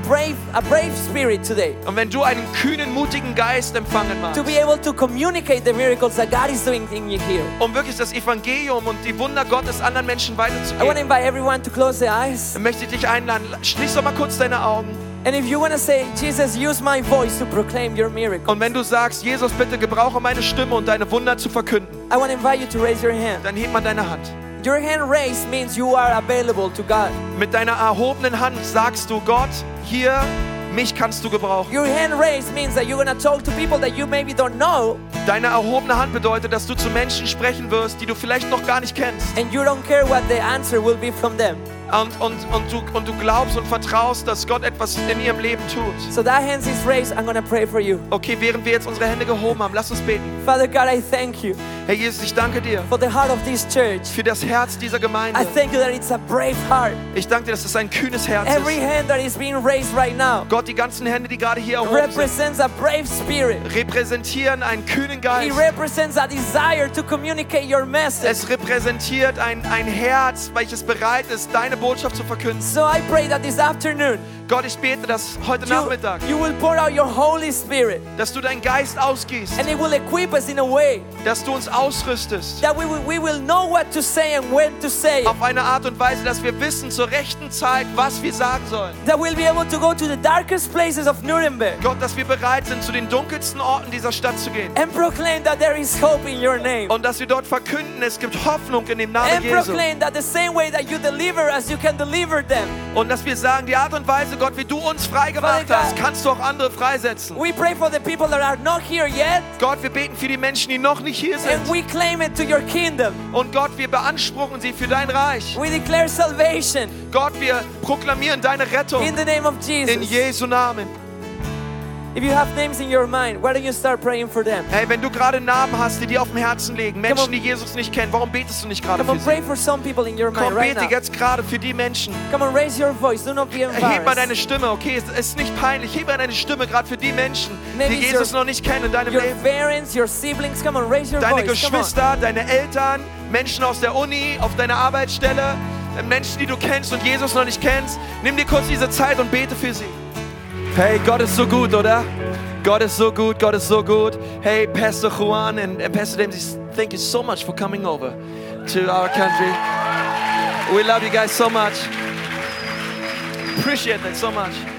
brave, a brave spirit today, Und wenn du einen kühnen, mutigen Geist empfangen magst, to be able to communicate the miracles that God is doing in you here. um wirklich das Evangelium und die Wunder Gottes anderen Menschen I want to weiterzugeben, invite everyone to close their eyes. möchte ich dich einladen. Schließ doch mal kurz deine Augen. And if you want to say, Jesus, use my voice to proclaim your miracle, Und wenn du sagst, Jesus, bitte gebrauche meine Stimme und deine Wunder zu verkünden, I want to invite you to raise your hand. dann heb mal deine Hand. Your hand raised means you are available to God. Mit deiner erhobenen Hand sagst du, Gott, hier, mich kannst du gebrauchen. Your hand raised means that you're going to talk to people that you maybe don't know Deine erhobene Hand bedeutet, dass du zu Menschen sprechen wirst, die du vielleicht noch gar nicht kennst. and you don't care what the answer will be from them. Und, und, und, du, und du glaubst und vertraust, dass Gott etwas in ihrem Leben tut. So that hand is raised. I'm going to pray for you. Okay, während wir jetzt unsere Hände gehoben haben, lass uns beten. Father God, I thank you Herr Jesus, ich danke dir for the heart of this church. für das Herz dieser I Gemeinde. thank you that it's a brave heart. Ich danke dir, dass es ein kühnes Herz Every ist. hand that is being raised right now Gott, die ganzen Hände, die gerade hier erhoben sind, represents a brave spirit. repräsentieren einen kühnen It Geist. represents a desire to communicate your message. Es repräsentiert ein, ein Herz, welches bereit ist, deine Botschaft zu verkünden. So I pray that this afternoon Gott, ich bete, dass heute you, Nachmittag, you will pour out your Holy Spirit dass du deinen Geist ausgießt, and it will equip us in a way dass du uns ausrüstest. that we will, we will know what to say and when to say it. Auf eine Art und Weise, dass wir wissen zur rechten Zeit, was wir sagen sollen. That we'll be able to go to the darkest places of Nuremberg Gott, dass wir bereit sind, zu den dunkelsten Orten dieser Stadt zu gehen. and proclaim that there is hope in your name. Und dass wir dort verkünden, es gibt Hoffnung in dem Namen And Jesu. proclaim that the same way that you deliver us, you can deliver them. Und dass wir sagen, die Art und Weise, Gott, wie du uns frei gemacht Vater, hast, kannst du auch andere freisetzen. We pray for the people that are not here yet Gott, wir beten für die Menschen, die noch nicht hier and sind. we claim it to your kingdom. Und Gott, wir beanspruchen sie für dein Reich. We declare salvation Gott, wir proklamieren deine in Rettung the name of Jesus. in Jesu Namen. If you have names in your mind, why don't you start praying for them? Hey, wenn du gerade Namen hast, die dir auf dem Herzen liegen, Come on. Menschen, die Jesus nicht kennen, warum betest du nicht gerade Come für on, sie? pray for some people in your mind Komm, right bete now. jetzt gerade für die Menschen. Come on, raise your voice. Do not be Heb mal deine embarrassed. Stimme, okay? Es ist nicht peinlich. Heb mal deine Stimme gerade für die Menschen, Maybe die it's Jesus your- noch nicht kennen in deinem Your Leben. parents, your siblings, come on, raise your Deine voice. Come on. Geschwister, deine Eltern, Menschen aus der Uni, auf deiner Arbeitsstelle, Menschen, die du kennst und Jesus noch nicht kennst. Nimm dir kurz diese Zeit und bete für sie. Hey, Gott ist so gut, oder? Gott ist so gut, Gott ist so gut. Hey, Pastor Juan and, and Pastor Dempsey, thank you so much for coming over to our country. We love you guys so much. Appreciate that so much.